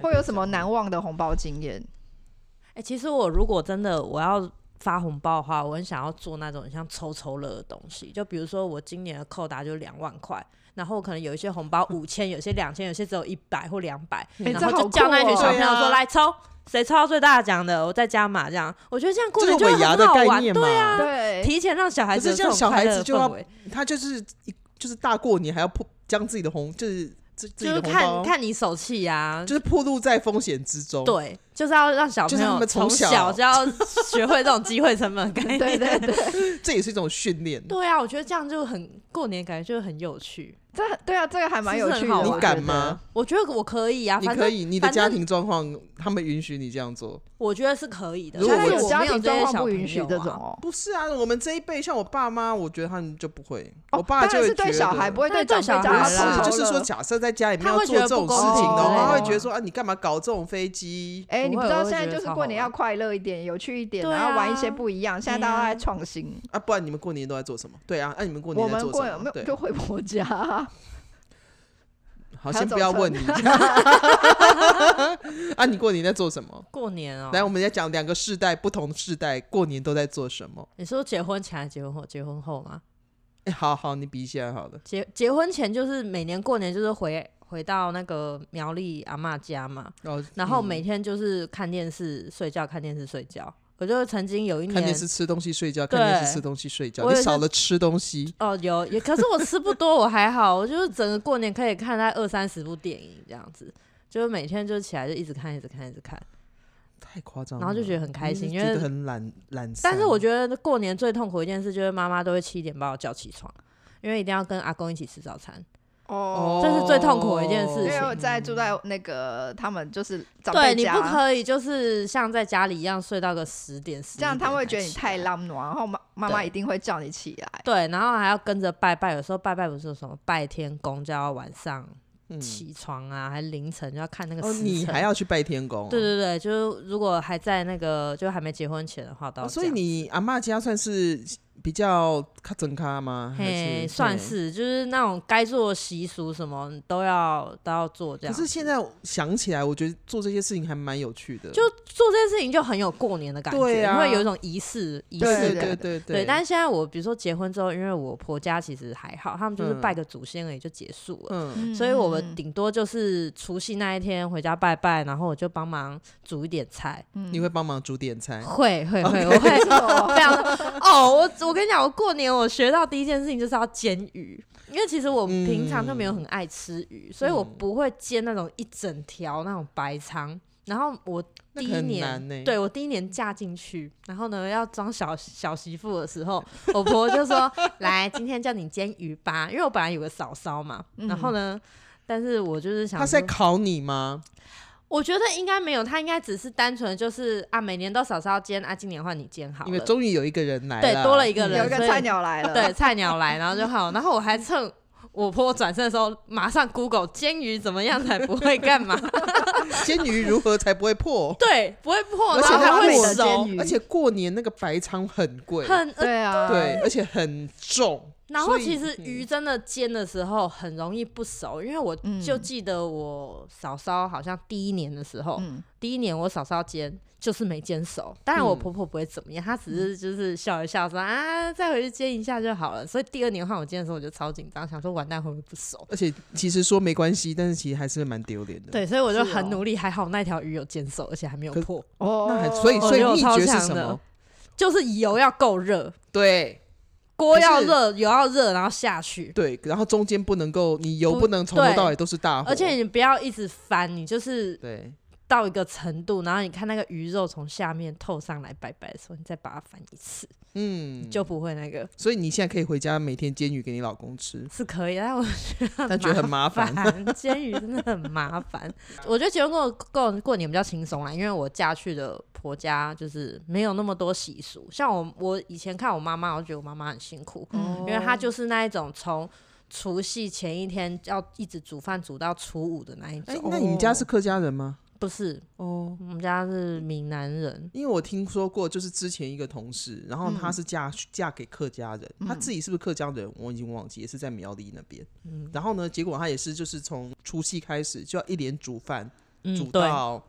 [SPEAKER 2] 会有什么难忘的红包经验？
[SPEAKER 3] 哎、其实我如果真的我要发红包的话，我很想要做那种很像抽抽乐的东西，就比如说我今年的扣打就两万块。然后可能有一些红包五千，有些两千，有些只有一百或两百、
[SPEAKER 2] 哎
[SPEAKER 3] 然
[SPEAKER 2] 这
[SPEAKER 3] 后
[SPEAKER 2] 好
[SPEAKER 3] 就叫
[SPEAKER 2] 酷
[SPEAKER 3] 那群
[SPEAKER 2] 哦
[SPEAKER 3] 小朋友说、
[SPEAKER 1] 对啊
[SPEAKER 3] 来抽，谁抽到最大奖的，我再加码这样。我觉得这样过
[SPEAKER 1] 这
[SPEAKER 3] 年
[SPEAKER 1] 是
[SPEAKER 3] 就
[SPEAKER 1] 尾
[SPEAKER 3] 会
[SPEAKER 1] 牙的
[SPEAKER 3] 很好
[SPEAKER 1] 概
[SPEAKER 3] 玩，
[SPEAKER 1] 念
[SPEAKER 3] 对啊，
[SPEAKER 1] 嘛，
[SPEAKER 3] *laughs*
[SPEAKER 2] 对，
[SPEAKER 3] 提前让小孩
[SPEAKER 1] 可
[SPEAKER 3] 子
[SPEAKER 1] 是这
[SPEAKER 3] 有这
[SPEAKER 1] 样
[SPEAKER 3] 种
[SPEAKER 1] 小
[SPEAKER 3] 快
[SPEAKER 1] 孩
[SPEAKER 3] 乐
[SPEAKER 1] 子
[SPEAKER 3] 的
[SPEAKER 1] 就要
[SPEAKER 3] 氛围
[SPEAKER 1] 他就是一就是大过年还要破将自己的红就是自自己
[SPEAKER 3] 就
[SPEAKER 1] 的
[SPEAKER 3] 是
[SPEAKER 1] 红
[SPEAKER 3] 看
[SPEAKER 1] 包，
[SPEAKER 3] 看你手气呀、
[SPEAKER 1] 就是暴露在风险之中。，
[SPEAKER 3] 对，就是要让小
[SPEAKER 1] 就
[SPEAKER 3] 朋
[SPEAKER 1] 是他
[SPEAKER 3] 友
[SPEAKER 1] 们从
[SPEAKER 3] 从
[SPEAKER 1] 小
[SPEAKER 3] 小就要学会这种机会成本概
[SPEAKER 1] *laughs*
[SPEAKER 3] 念。
[SPEAKER 2] 对对对，
[SPEAKER 1] 这也是一种训练。
[SPEAKER 3] 对啊，我觉得这样就很过年，感觉就很有趣。
[SPEAKER 2] 这对啊，这个还蛮有趣
[SPEAKER 3] 是不是很好
[SPEAKER 1] 你
[SPEAKER 2] 的。
[SPEAKER 3] 玩
[SPEAKER 2] 我觉
[SPEAKER 1] 敢
[SPEAKER 2] 得
[SPEAKER 1] 吗？？
[SPEAKER 3] 我觉得我可以啊，
[SPEAKER 1] 你
[SPEAKER 3] 反
[SPEAKER 1] 可
[SPEAKER 3] 正
[SPEAKER 1] 以，你的
[SPEAKER 3] 反
[SPEAKER 1] 家
[SPEAKER 3] 正
[SPEAKER 1] 庭状况，他们允许你这样做。
[SPEAKER 3] 我觉得是可以的。
[SPEAKER 1] 如果
[SPEAKER 3] 但
[SPEAKER 2] 现在有
[SPEAKER 3] 是我
[SPEAKER 2] 家
[SPEAKER 3] 没有
[SPEAKER 2] 庭
[SPEAKER 3] 这
[SPEAKER 2] 状
[SPEAKER 3] 些
[SPEAKER 2] 况
[SPEAKER 3] 小
[SPEAKER 2] 不
[SPEAKER 3] 朋
[SPEAKER 2] 允许
[SPEAKER 3] 友
[SPEAKER 2] 这
[SPEAKER 3] 啊
[SPEAKER 2] 种哦。
[SPEAKER 1] 不是啊，我们这一辈，像我爸妈，我觉得他们就不会。
[SPEAKER 2] 哦
[SPEAKER 1] 我爸
[SPEAKER 2] 当
[SPEAKER 1] 就
[SPEAKER 2] 然
[SPEAKER 1] 会
[SPEAKER 2] 是
[SPEAKER 1] 觉
[SPEAKER 2] 对
[SPEAKER 1] 得
[SPEAKER 2] 小孩不会对长
[SPEAKER 3] 对
[SPEAKER 2] 辈
[SPEAKER 3] 小
[SPEAKER 2] 讲
[SPEAKER 3] 孩
[SPEAKER 2] 他
[SPEAKER 3] 啦
[SPEAKER 1] 是，
[SPEAKER 2] 抽抽
[SPEAKER 1] 就是
[SPEAKER 2] 乐
[SPEAKER 1] 说，假设在家里面
[SPEAKER 3] 他
[SPEAKER 1] 要
[SPEAKER 3] 会
[SPEAKER 1] 做
[SPEAKER 3] 觉得
[SPEAKER 1] 这种
[SPEAKER 3] 不
[SPEAKER 1] 事
[SPEAKER 3] 公
[SPEAKER 1] 情的
[SPEAKER 2] 平
[SPEAKER 1] 话，他
[SPEAKER 2] 之类的
[SPEAKER 1] 会觉得说啊，你干嘛搞这种飞机？
[SPEAKER 2] 哎、你
[SPEAKER 3] 不
[SPEAKER 2] 不
[SPEAKER 3] 会
[SPEAKER 2] 知道
[SPEAKER 3] 我
[SPEAKER 2] 现在
[SPEAKER 3] 会觉得
[SPEAKER 2] 就是
[SPEAKER 3] 超
[SPEAKER 2] 过
[SPEAKER 3] 好
[SPEAKER 2] 年
[SPEAKER 3] 玩
[SPEAKER 2] 要快乐一点、有趣一点，
[SPEAKER 3] 对
[SPEAKER 2] 然后玩一些
[SPEAKER 3] 啊
[SPEAKER 2] 不一样。现在
[SPEAKER 3] 哎
[SPEAKER 2] 大家都在
[SPEAKER 3] 呀
[SPEAKER 2] 创新，
[SPEAKER 1] 啊，不然你们过年都在做什么？对啊，那、你们过
[SPEAKER 2] 我
[SPEAKER 1] 年在
[SPEAKER 2] 们
[SPEAKER 1] 做
[SPEAKER 2] 过
[SPEAKER 1] 什
[SPEAKER 2] 年没
[SPEAKER 1] 么？
[SPEAKER 2] 有
[SPEAKER 1] 对，
[SPEAKER 2] 就回婆家，
[SPEAKER 1] 好，
[SPEAKER 2] 还
[SPEAKER 1] 先
[SPEAKER 2] 走
[SPEAKER 1] 不要
[SPEAKER 2] 村
[SPEAKER 3] *laughs*
[SPEAKER 1] 问你啊，你过年在做什么？
[SPEAKER 3] 过年哦、
[SPEAKER 1] 来，我们再讲两个世代不同世代过年都在做什么。
[SPEAKER 3] 你说结婚前还是结婚后？结婚后吗？
[SPEAKER 1] 哎、好好，你比一下好了。
[SPEAKER 3] 结结婚前就是每年过年就是回回到那个苗栗阿嬷家嘛，
[SPEAKER 1] 然后，
[SPEAKER 3] 然后
[SPEAKER 1] 嗯
[SPEAKER 3] 每天就是看电视、睡觉，看电视、睡觉。我就曾经有一
[SPEAKER 1] 看电
[SPEAKER 3] 年，
[SPEAKER 1] 视、吃东西、睡觉，看电视、
[SPEAKER 3] 对
[SPEAKER 1] 吃东西、睡觉，
[SPEAKER 3] 我
[SPEAKER 1] 你
[SPEAKER 3] 也是
[SPEAKER 1] 少了吃东西。
[SPEAKER 3] 哦，有也，可是我吃不多，我还好， *laughs* 我就是整个过年可以看大概二三十部电影这样子，就是每天就起来就一直看，一直看，一直看，
[SPEAKER 1] 太夸张了，
[SPEAKER 3] 然后就觉得很开心，
[SPEAKER 1] 你
[SPEAKER 3] 因
[SPEAKER 1] 是觉得
[SPEAKER 3] 为
[SPEAKER 1] 很懒懒散。
[SPEAKER 3] 但是我觉得过年最痛苦的一件事就是妈妈都会七点把我叫起床，因为一定要跟阿公一起吃早餐，
[SPEAKER 2] 哦
[SPEAKER 3] 这是最痛苦的一件
[SPEAKER 2] 因
[SPEAKER 3] 事
[SPEAKER 2] 为
[SPEAKER 3] 情
[SPEAKER 2] 我在住在那个他们就是长
[SPEAKER 3] 对
[SPEAKER 2] 辈
[SPEAKER 3] 你
[SPEAKER 2] 家，
[SPEAKER 3] 不可以就是像在家里一样睡到个十点十，
[SPEAKER 2] 这样他会觉得你太
[SPEAKER 3] 懒。
[SPEAKER 2] 浪暖，然后妈妈妈
[SPEAKER 3] 对
[SPEAKER 2] 一定会叫你起来。
[SPEAKER 3] 对，然后还要跟着拜拜，有时候拜拜不是有什么拜天公，就要晚上
[SPEAKER 1] 嗯
[SPEAKER 3] 起床啊，还凌晨就要看那个
[SPEAKER 1] 哦，
[SPEAKER 3] 时辰。
[SPEAKER 1] 你还要去拜天公哦、
[SPEAKER 3] 对对对，就是如果还在那个就还没结婚前的话，到、
[SPEAKER 1] 哦所以你阿嬷家算是比较卡整咖吗？还
[SPEAKER 3] 嘿
[SPEAKER 1] 是
[SPEAKER 3] 算。是就是那种该做的习俗什么都要都要做这
[SPEAKER 1] 对可
[SPEAKER 3] 样。
[SPEAKER 1] 是现在想起来，我觉得做这些事情还蛮有趣的。
[SPEAKER 3] 就做这件事情就很有过年的感觉，
[SPEAKER 1] 对啊
[SPEAKER 3] 你会有一种仪式仪式
[SPEAKER 1] 对
[SPEAKER 3] 感。
[SPEAKER 1] 对对对
[SPEAKER 3] 对但是现在我比如说结婚之后，因为我婆家其实还好，他们就是
[SPEAKER 1] 嗯
[SPEAKER 3] 拜个祖先而已就结束了。
[SPEAKER 1] 嗯，
[SPEAKER 2] 嗯
[SPEAKER 3] 所以我们
[SPEAKER 2] 嗯
[SPEAKER 3] 顶多就是除夕那一天回家拜拜，然后我就帮忙煮一点菜，
[SPEAKER 1] 你会帮忙煮点菜，
[SPEAKER 3] 会会会，我 *laughs* 会
[SPEAKER 2] 没错
[SPEAKER 3] 非常的哦，我我跟你讲，我过年我学到第一件事情就是要煎鱼，因为其实我
[SPEAKER 1] 嗯
[SPEAKER 3] 平常就没有很爱吃鱼，所以我不会煎那种一整条那种白鲳。然后我第
[SPEAKER 1] 那
[SPEAKER 3] 一
[SPEAKER 1] 很
[SPEAKER 3] 年，
[SPEAKER 1] 难欸呢
[SPEAKER 3] 对我第一年嫁进去，然后呢要装小小媳妇的时候，我婆婆就说：“ *laughs* 来，今天叫你煎鱼吧。”因为我本来有个嫂嫂嘛，
[SPEAKER 2] 嗯
[SPEAKER 3] 然后呢，但是我就是想
[SPEAKER 1] 他
[SPEAKER 3] 说，
[SPEAKER 1] 是在考你吗？
[SPEAKER 3] 我觉得应该没有，他应该只是单纯就是啊，每年都嫂嫂煎啊，今年换你煎好
[SPEAKER 1] 因为
[SPEAKER 3] 了。
[SPEAKER 1] 终于有一个人来了，
[SPEAKER 3] 对多了一个人
[SPEAKER 2] 有一个
[SPEAKER 3] 所以
[SPEAKER 2] 菜鸟来了，
[SPEAKER 3] 对，菜鸟来，然后就好，然后我还趁我婆婆转身的时候，马上 Google 煎鱼怎么样才不会干嘛？？
[SPEAKER 1] 煎鱼如何才不会破
[SPEAKER 3] *laughs* 对，不会破，
[SPEAKER 1] 而
[SPEAKER 3] 然
[SPEAKER 1] 且
[SPEAKER 3] 后还
[SPEAKER 1] 它
[SPEAKER 3] 会
[SPEAKER 1] 美的
[SPEAKER 3] 熟
[SPEAKER 2] 煎，鱼
[SPEAKER 1] 而且过年那个白鲳很贵，
[SPEAKER 3] 很呃
[SPEAKER 2] 对啊，
[SPEAKER 1] 对，而且很重。
[SPEAKER 3] 然后
[SPEAKER 1] 所以
[SPEAKER 3] 其实
[SPEAKER 1] 嗯
[SPEAKER 3] 鱼真的煎的时候很容易不熟，因为我
[SPEAKER 2] 嗯
[SPEAKER 3] 就记得我嫂嫂好像第一年的时候，
[SPEAKER 2] 嗯，
[SPEAKER 3] 第一年我嫂嫂煎就是没煎熟，当然我
[SPEAKER 1] 嗯
[SPEAKER 3] 婆婆不会怎么样，她只是就是笑一笑说啊再回去煎一下就好了。所以第二年换我煎的时候，我就超紧张，想说完蛋会不会不熟？
[SPEAKER 1] 而且其实说没关系，但是其实还是蛮丢脸的。，
[SPEAKER 3] 对，所以我就是很
[SPEAKER 2] 哦
[SPEAKER 3] 努力，还好那条鱼有煎熟，而且还没有
[SPEAKER 1] 可
[SPEAKER 3] 破，
[SPEAKER 2] 哦，
[SPEAKER 1] 那还所以
[SPEAKER 3] 哦
[SPEAKER 1] 所以
[SPEAKER 3] 我
[SPEAKER 1] 秘
[SPEAKER 3] 觉得我
[SPEAKER 1] 诀
[SPEAKER 3] 超
[SPEAKER 1] 是
[SPEAKER 3] 强
[SPEAKER 1] 什
[SPEAKER 3] 的
[SPEAKER 1] 么？
[SPEAKER 3] 就是油要够热，
[SPEAKER 1] 对
[SPEAKER 3] 锅
[SPEAKER 1] 可
[SPEAKER 3] 要
[SPEAKER 1] 是
[SPEAKER 3] 热，油要热，然后下去，
[SPEAKER 1] 对，然后中间不能够，你油
[SPEAKER 3] 不
[SPEAKER 1] 不能从头
[SPEAKER 3] 对
[SPEAKER 1] 到尾都是大火，
[SPEAKER 3] 而且你不要一直翻，你就是
[SPEAKER 1] 对，
[SPEAKER 3] 到一个程度，然后你看那个鱼肉从下面透上来白白的时候，你再把它翻一次，
[SPEAKER 1] 嗯，
[SPEAKER 3] 就不会那个
[SPEAKER 1] 所以你现在可以回家每天煎鱼给你老公吃，
[SPEAKER 3] 是可以的。但我
[SPEAKER 1] 但觉得很麻烦。
[SPEAKER 3] 烦，煎鱼真的很麻烦。我觉得结婚过过过年比较轻松啦，因为我嫁去的婆家就是没有那么多习俗。像我我以前看我妈妈，我觉得我妈妈很辛苦，
[SPEAKER 2] 嗯
[SPEAKER 3] 因为她就是那一种从除夕前一天要一直煮饭煮到初五的那一 *laughs*
[SPEAKER 1] 哎、
[SPEAKER 3] 种。
[SPEAKER 1] 那你们家是客家人吗？
[SPEAKER 3] 不是？
[SPEAKER 1] 哦，
[SPEAKER 3] 我们家是闽南人，
[SPEAKER 1] 因为我听说过，就是之前一个同事，然后
[SPEAKER 2] 嗯
[SPEAKER 1] 她是嫁、嫁给客家人，她
[SPEAKER 2] 嗯
[SPEAKER 1] 自己是不是客家人，我已经忘记，也是在苗栗那边。
[SPEAKER 3] 嗯
[SPEAKER 1] 然后呢，结果她也是就是从除夕开始就要一连煮饭，
[SPEAKER 3] 嗯
[SPEAKER 1] 煮
[SPEAKER 3] 对。
[SPEAKER 1] 到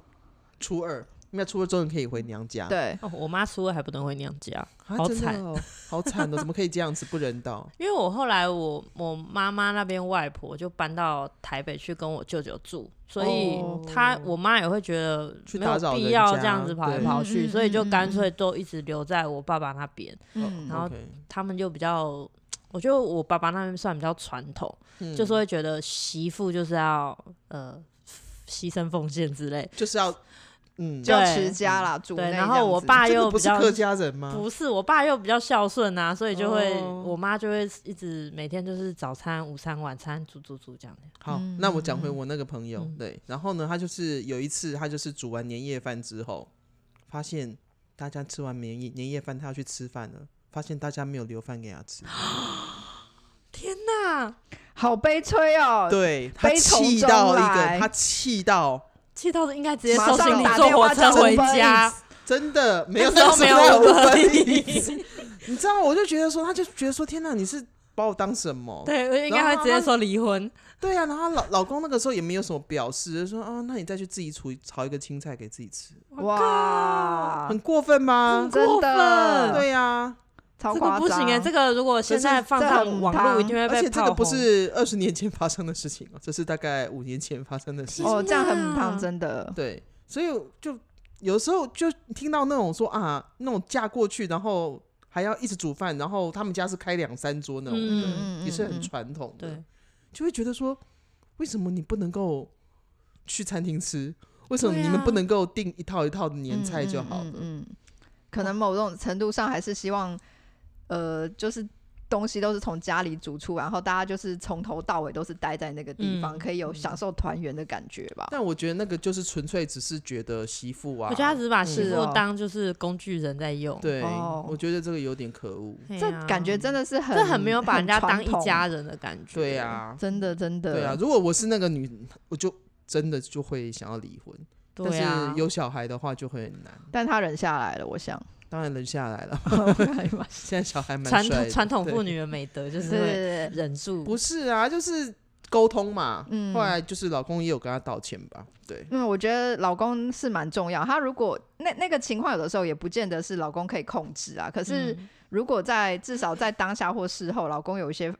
[SPEAKER 1] 初二，那初二终于可以回娘家。
[SPEAKER 2] 对，
[SPEAKER 3] 哦我妈初二还不能回娘家，
[SPEAKER 1] 啊，
[SPEAKER 3] 好
[SPEAKER 1] 真的
[SPEAKER 3] 惨
[SPEAKER 1] 哦，好惨哦，怎么可以这样子，不人道。
[SPEAKER 3] 因为我后来我我妈妈那边外婆就搬到台北去跟我舅舅住，所以
[SPEAKER 1] 哦
[SPEAKER 3] 她、我妈也会觉得
[SPEAKER 1] 去
[SPEAKER 3] 没
[SPEAKER 1] 打
[SPEAKER 3] 有
[SPEAKER 1] 扰
[SPEAKER 3] 必
[SPEAKER 1] 人
[SPEAKER 3] 要
[SPEAKER 1] 家
[SPEAKER 3] 这样子跑来
[SPEAKER 1] 对
[SPEAKER 3] 跑
[SPEAKER 2] 嗯
[SPEAKER 3] 去，
[SPEAKER 2] 嗯
[SPEAKER 3] 所以就
[SPEAKER 2] 嗯嗯
[SPEAKER 3] 干
[SPEAKER 2] 嗯
[SPEAKER 3] 脆都一直留在我爸爸那边。
[SPEAKER 2] 嗯
[SPEAKER 3] 然后
[SPEAKER 1] OK
[SPEAKER 3] 他们就比较，我觉得我爸爸那边算比较传统，
[SPEAKER 1] 嗯
[SPEAKER 3] 就是会觉得媳妇就是要呃牺牲奉献之类。
[SPEAKER 1] 就是要，嗯，
[SPEAKER 2] 就
[SPEAKER 3] 对
[SPEAKER 2] 持家啦，主
[SPEAKER 3] 对，
[SPEAKER 2] 内
[SPEAKER 3] 然
[SPEAKER 2] 这
[SPEAKER 3] 后
[SPEAKER 2] 样
[SPEAKER 3] 我
[SPEAKER 2] 子
[SPEAKER 3] 爸
[SPEAKER 1] 这
[SPEAKER 3] 又
[SPEAKER 1] 个
[SPEAKER 3] 比
[SPEAKER 1] 不是
[SPEAKER 3] 较
[SPEAKER 1] 客家人吗？
[SPEAKER 3] 不是，我爸又比较孝顺啊，所以就会、
[SPEAKER 1] 哦
[SPEAKER 3] 我妈就会一直每天就是早餐、午餐、晚餐煮煮煮这样。
[SPEAKER 1] 好，
[SPEAKER 2] 嗯
[SPEAKER 1] 那我
[SPEAKER 2] 嗯
[SPEAKER 1] 讲回
[SPEAKER 2] 嗯
[SPEAKER 1] 我那个朋友，
[SPEAKER 3] 嗯
[SPEAKER 1] 对，然后呢，他就是有一次，他就是煮完年夜饭之后，发现大家吃完年夜年夜饭，他要去吃饭了，发现大家没有留饭给他吃，
[SPEAKER 3] 啊天哪，
[SPEAKER 2] 好悲催哦，
[SPEAKER 1] 对他
[SPEAKER 2] 悲从
[SPEAKER 1] 气
[SPEAKER 2] 中
[SPEAKER 1] 到一
[SPEAKER 2] 来
[SPEAKER 1] 个，他气到
[SPEAKER 3] 气到应该直接
[SPEAKER 2] 马
[SPEAKER 3] 收
[SPEAKER 2] 上
[SPEAKER 3] 行李
[SPEAKER 2] 打
[SPEAKER 3] 坐
[SPEAKER 2] 电
[SPEAKER 3] 火
[SPEAKER 2] 话
[SPEAKER 3] 车
[SPEAKER 2] 叫
[SPEAKER 3] 回
[SPEAKER 2] Uber
[SPEAKER 3] 家
[SPEAKER 2] Eats。
[SPEAKER 1] 真的没有
[SPEAKER 3] 那时候没有 Uber Eats
[SPEAKER 1] 分， *laughs* 你知道，我就觉得说，他就觉得说，天哪，你是把我当什么？
[SPEAKER 3] 对，我应该会直接说离婚。
[SPEAKER 1] 对啊，然后她老老公那个时候也没有什么表示，就说啊，那你再去自己煮炒一个青菜给自己吃，
[SPEAKER 2] 哇，
[SPEAKER 1] 很过分吗
[SPEAKER 3] 很？
[SPEAKER 2] 真
[SPEAKER 3] 过
[SPEAKER 2] 的，
[SPEAKER 3] 分
[SPEAKER 1] 对啊呀、
[SPEAKER 2] 超
[SPEAKER 3] 这
[SPEAKER 2] 夸
[SPEAKER 3] 个
[SPEAKER 2] 张，
[SPEAKER 3] 不行哎、这个如果现在放
[SPEAKER 2] 可是这
[SPEAKER 3] 上
[SPEAKER 2] 很
[SPEAKER 3] 网络，一定会
[SPEAKER 1] 而
[SPEAKER 3] 被
[SPEAKER 1] 且这
[SPEAKER 3] 炮
[SPEAKER 1] 个不
[SPEAKER 3] 轰
[SPEAKER 1] 是二十年前发生的事情哦，这 *laughs* 是大概五年前发生的事情。
[SPEAKER 3] 啊
[SPEAKER 2] 哦，这样很
[SPEAKER 3] 天
[SPEAKER 2] 母
[SPEAKER 3] 哪
[SPEAKER 2] 汤，真的，
[SPEAKER 1] 对，所以就有时候就听到那种说啊，那种嫁过去，然后还要一直煮饭，然后他们家是开两三桌那种，
[SPEAKER 3] 嗯
[SPEAKER 1] 对
[SPEAKER 2] 嗯
[SPEAKER 1] 也是
[SPEAKER 2] 嗯
[SPEAKER 1] 很
[SPEAKER 2] 嗯
[SPEAKER 1] 传统的，
[SPEAKER 3] 对，
[SPEAKER 1] 就会觉得说，为什么你不能够去餐厅吃？为什么
[SPEAKER 3] 对
[SPEAKER 1] 你们
[SPEAKER 3] 啊
[SPEAKER 1] 不能够订一套一套的年
[SPEAKER 2] 嗯
[SPEAKER 1] 菜就
[SPEAKER 2] 嗯
[SPEAKER 1] 好了？哦
[SPEAKER 2] 嗯嗯可能某种程度上还是希望，呃，就是东西都是从家里煮出来，然后大家就是从头到尾都是待在那个地方，
[SPEAKER 3] 嗯
[SPEAKER 2] 可以有享受团圆的感觉吧。
[SPEAKER 1] 但我觉得那个就是纯粹只是觉得媳妇啊，
[SPEAKER 3] 我觉得他只是把媳
[SPEAKER 2] 是
[SPEAKER 3] 妇
[SPEAKER 2] 哦
[SPEAKER 3] 当就是工具人在用，
[SPEAKER 1] 对，
[SPEAKER 2] 哦
[SPEAKER 1] 我觉得这个有点可恶。
[SPEAKER 3] 嘿
[SPEAKER 2] 这
[SPEAKER 3] 啊
[SPEAKER 2] 感觉真的是很，
[SPEAKER 3] 这很没有把人家
[SPEAKER 2] 很
[SPEAKER 3] 当
[SPEAKER 2] 传
[SPEAKER 3] 一
[SPEAKER 2] 统
[SPEAKER 3] 家，人的感觉。
[SPEAKER 1] 对啊，
[SPEAKER 2] 真的真的，
[SPEAKER 1] 对啊，，如果我是那个女，我就真的就会想要离婚。
[SPEAKER 3] 对
[SPEAKER 1] 但
[SPEAKER 3] 啊
[SPEAKER 1] 是，有小孩的话就会很难。
[SPEAKER 2] 但他忍下来了，我想，
[SPEAKER 1] 当然忍下来了，
[SPEAKER 2] 我看你们
[SPEAKER 1] 现在小孩蛮
[SPEAKER 3] 传
[SPEAKER 1] 帅
[SPEAKER 3] 统
[SPEAKER 1] 的
[SPEAKER 3] 传统
[SPEAKER 1] 对
[SPEAKER 3] 妇女的美
[SPEAKER 2] *laughs*
[SPEAKER 3] 德就是
[SPEAKER 2] 对对
[SPEAKER 3] 会
[SPEAKER 2] 对对，
[SPEAKER 3] 忍住，
[SPEAKER 1] 不是啊，就是沟通嘛。
[SPEAKER 2] 嗯
[SPEAKER 1] 后来就是老公也有跟她道歉吧，对，
[SPEAKER 2] 嗯，我觉得老公是蛮重要。他如果那那个情况，有的时候也不见得是老公可以控制啊。可是
[SPEAKER 3] 嗯
[SPEAKER 2] 如果在至少在当下或事后，老公有一些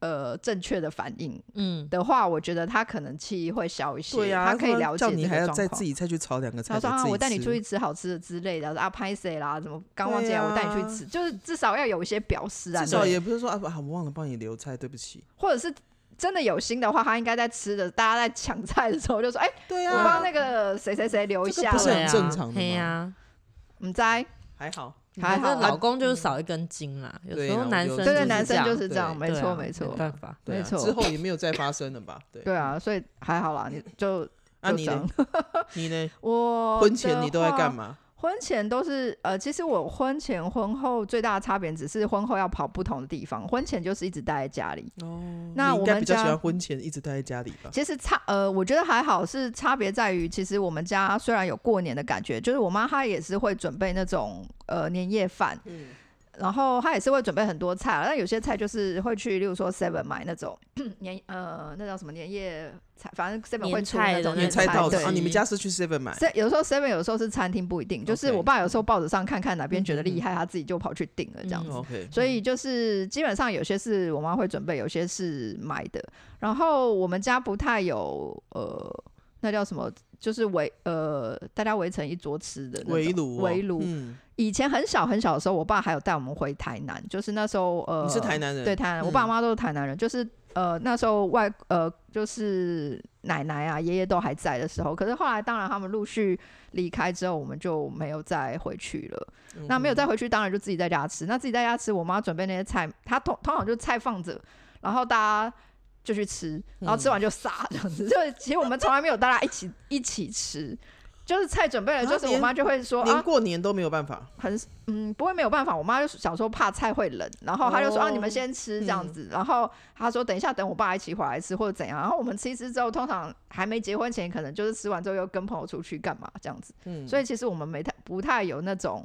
[SPEAKER 2] 呃正确的反应
[SPEAKER 3] 嗯，
[SPEAKER 2] 的话，我觉得他可能气会消一些，
[SPEAKER 1] 对呀、
[SPEAKER 2] 他可以
[SPEAKER 1] 不然
[SPEAKER 2] 了解
[SPEAKER 1] 叫
[SPEAKER 2] 这
[SPEAKER 1] 你
[SPEAKER 2] 个
[SPEAKER 1] 还要
[SPEAKER 2] 状
[SPEAKER 1] 再
[SPEAKER 2] 况。
[SPEAKER 1] 自己再去炒两个菜给
[SPEAKER 2] 他
[SPEAKER 1] 自
[SPEAKER 2] 说
[SPEAKER 1] 己吃，
[SPEAKER 2] 啊，我带你出去吃好吃的之类的，啊，拍谁啦？怎么刚忘记
[SPEAKER 1] 对
[SPEAKER 2] 了？
[SPEAKER 1] 啊
[SPEAKER 2] 我带你去吃，就是至少要有一些表示啊，
[SPEAKER 1] 至少
[SPEAKER 2] 对
[SPEAKER 1] 也不是说啊，不啊我忘了帮你留菜，对不起。
[SPEAKER 2] 或者是真的有心的话，他应该在吃的，大家在抢菜的时候就说，哎、
[SPEAKER 1] 对
[SPEAKER 2] 我
[SPEAKER 1] 呀、
[SPEAKER 2] 帮那个谁谁谁留一
[SPEAKER 1] 这个
[SPEAKER 2] 下
[SPEAKER 1] 不是
[SPEAKER 2] 了，
[SPEAKER 1] 很
[SPEAKER 3] 对啊
[SPEAKER 1] 正常的
[SPEAKER 3] 嘿
[SPEAKER 1] 吗
[SPEAKER 3] 呀，
[SPEAKER 2] 唔在。
[SPEAKER 1] 还好，
[SPEAKER 2] 还好啊
[SPEAKER 3] 这嗯老公就是少一根筋啦，有
[SPEAKER 1] 对啊
[SPEAKER 3] 时候
[SPEAKER 1] 啦
[SPEAKER 3] 男
[SPEAKER 1] 我
[SPEAKER 3] 生
[SPEAKER 1] 觉得就
[SPEAKER 2] 对对，
[SPEAKER 1] 是
[SPEAKER 2] 男
[SPEAKER 3] 这
[SPEAKER 2] 生
[SPEAKER 3] 样
[SPEAKER 2] 就是这样，没
[SPEAKER 3] 对啊
[SPEAKER 2] 错没错
[SPEAKER 3] 没，办法，
[SPEAKER 1] 对啊
[SPEAKER 2] 没错
[SPEAKER 1] 之后也没有再发生了
[SPEAKER 2] *laughs*
[SPEAKER 1] 吧？对，
[SPEAKER 2] 对啊，所以还好啦，你就
[SPEAKER 1] 啊
[SPEAKER 2] 就哦
[SPEAKER 1] 你
[SPEAKER 2] 这样
[SPEAKER 1] 呢？ *laughs* 你呢？
[SPEAKER 2] 我
[SPEAKER 1] 婚前你都在干
[SPEAKER 2] 嘛？
[SPEAKER 1] 嘛？
[SPEAKER 2] 婚前都是呃，其实我婚前婚后最大的差别只是婚后要跑不同的地方，婚前就是一直待在家里。
[SPEAKER 1] 哦
[SPEAKER 2] 那
[SPEAKER 1] 你应
[SPEAKER 2] 我
[SPEAKER 1] 该
[SPEAKER 2] 们
[SPEAKER 1] 比较喜
[SPEAKER 2] 家
[SPEAKER 1] 欢婚前一直待在家里吧？
[SPEAKER 2] 其实差呃，我觉得还好，是差别在于，其实我们家虽然有过年的感觉，就是我妈她也是会准备那种呃年夜饭，
[SPEAKER 1] 嗯，
[SPEAKER 2] 然后她也是会准备很多菜啊，但有些菜就是会去，例如说 Seven 买那种 *coughs* 年呃那叫什么年夜菜，反正 Seven 会
[SPEAKER 3] 年
[SPEAKER 2] 出
[SPEAKER 3] 菜哦
[SPEAKER 2] 那
[SPEAKER 3] 的
[SPEAKER 2] 种
[SPEAKER 3] 那
[SPEAKER 1] 年
[SPEAKER 2] 年
[SPEAKER 1] 菜
[SPEAKER 3] 种
[SPEAKER 1] 到
[SPEAKER 2] 对
[SPEAKER 1] 啊，你们家是去 Seven 买？
[SPEAKER 2] 这有时候 seven 有时候是餐厅不一定，就是
[SPEAKER 1] OK
[SPEAKER 2] 我爸有时候报纸上看看哪边觉得
[SPEAKER 1] 嗯
[SPEAKER 2] 厉
[SPEAKER 1] 哦
[SPEAKER 2] 害，他自己就跑去订了这样
[SPEAKER 3] 嗯
[SPEAKER 2] 子。
[SPEAKER 1] OK，
[SPEAKER 2] 所以就是基本上有些是我妈会准备，有些是买的。然后我们家不太有呃，那叫什么？就是围呃，大家围成一桌吃的那种
[SPEAKER 1] 围炉哦，
[SPEAKER 2] 围炉。
[SPEAKER 1] 嗯，
[SPEAKER 2] 以前很小很小的时候，我爸还有带我们回台南，就是那时候呃，
[SPEAKER 1] 你是台南人，
[SPEAKER 2] 对，台南，我
[SPEAKER 1] 嗯
[SPEAKER 2] 爸妈都是台南人，就是呃那时候外呃就是奶奶啊爷爷都还在的时候，可是后来当然他们陆续离开之后，我们就没有再回去了。
[SPEAKER 1] 嗯
[SPEAKER 2] 那没有
[SPEAKER 1] 哼
[SPEAKER 2] 再回去，当然就自己在家吃。那自己在家吃，我妈准备那些菜，她通通常就菜放着，然后大家。就去吃，然
[SPEAKER 1] 嗯
[SPEAKER 2] 后吃完就撒这样子。就其实我们从来没有大家一起一起吃，就是菜准备了，
[SPEAKER 1] 啊
[SPEAKER 2] 就是我
[SPEAKER 1] 连
[SPEAKER 2] 妈就会说啊
[SPEAKER 1] 连，过年都没有办法，
[SPEAKER 2] 很嗯，不会没有办法。我妈就小时候怕菜会冷，然后她就说、啊，你们
[SPEAKER 1] 哦
[SPEAKER 2] 先吃这样
[SPEAKER 1] 嗯
[SPEAKER 2] 子。然后她说等一下等我爸一起回来吃或者怎样。然后我们吃一吃之后，通常还没结婚前，可能就是吃完之后又跟朋友出去干嘛这样子。
[SPEAKER 1] 嗯，
[SPEAKER 2] 所以其实我们没太不太有那种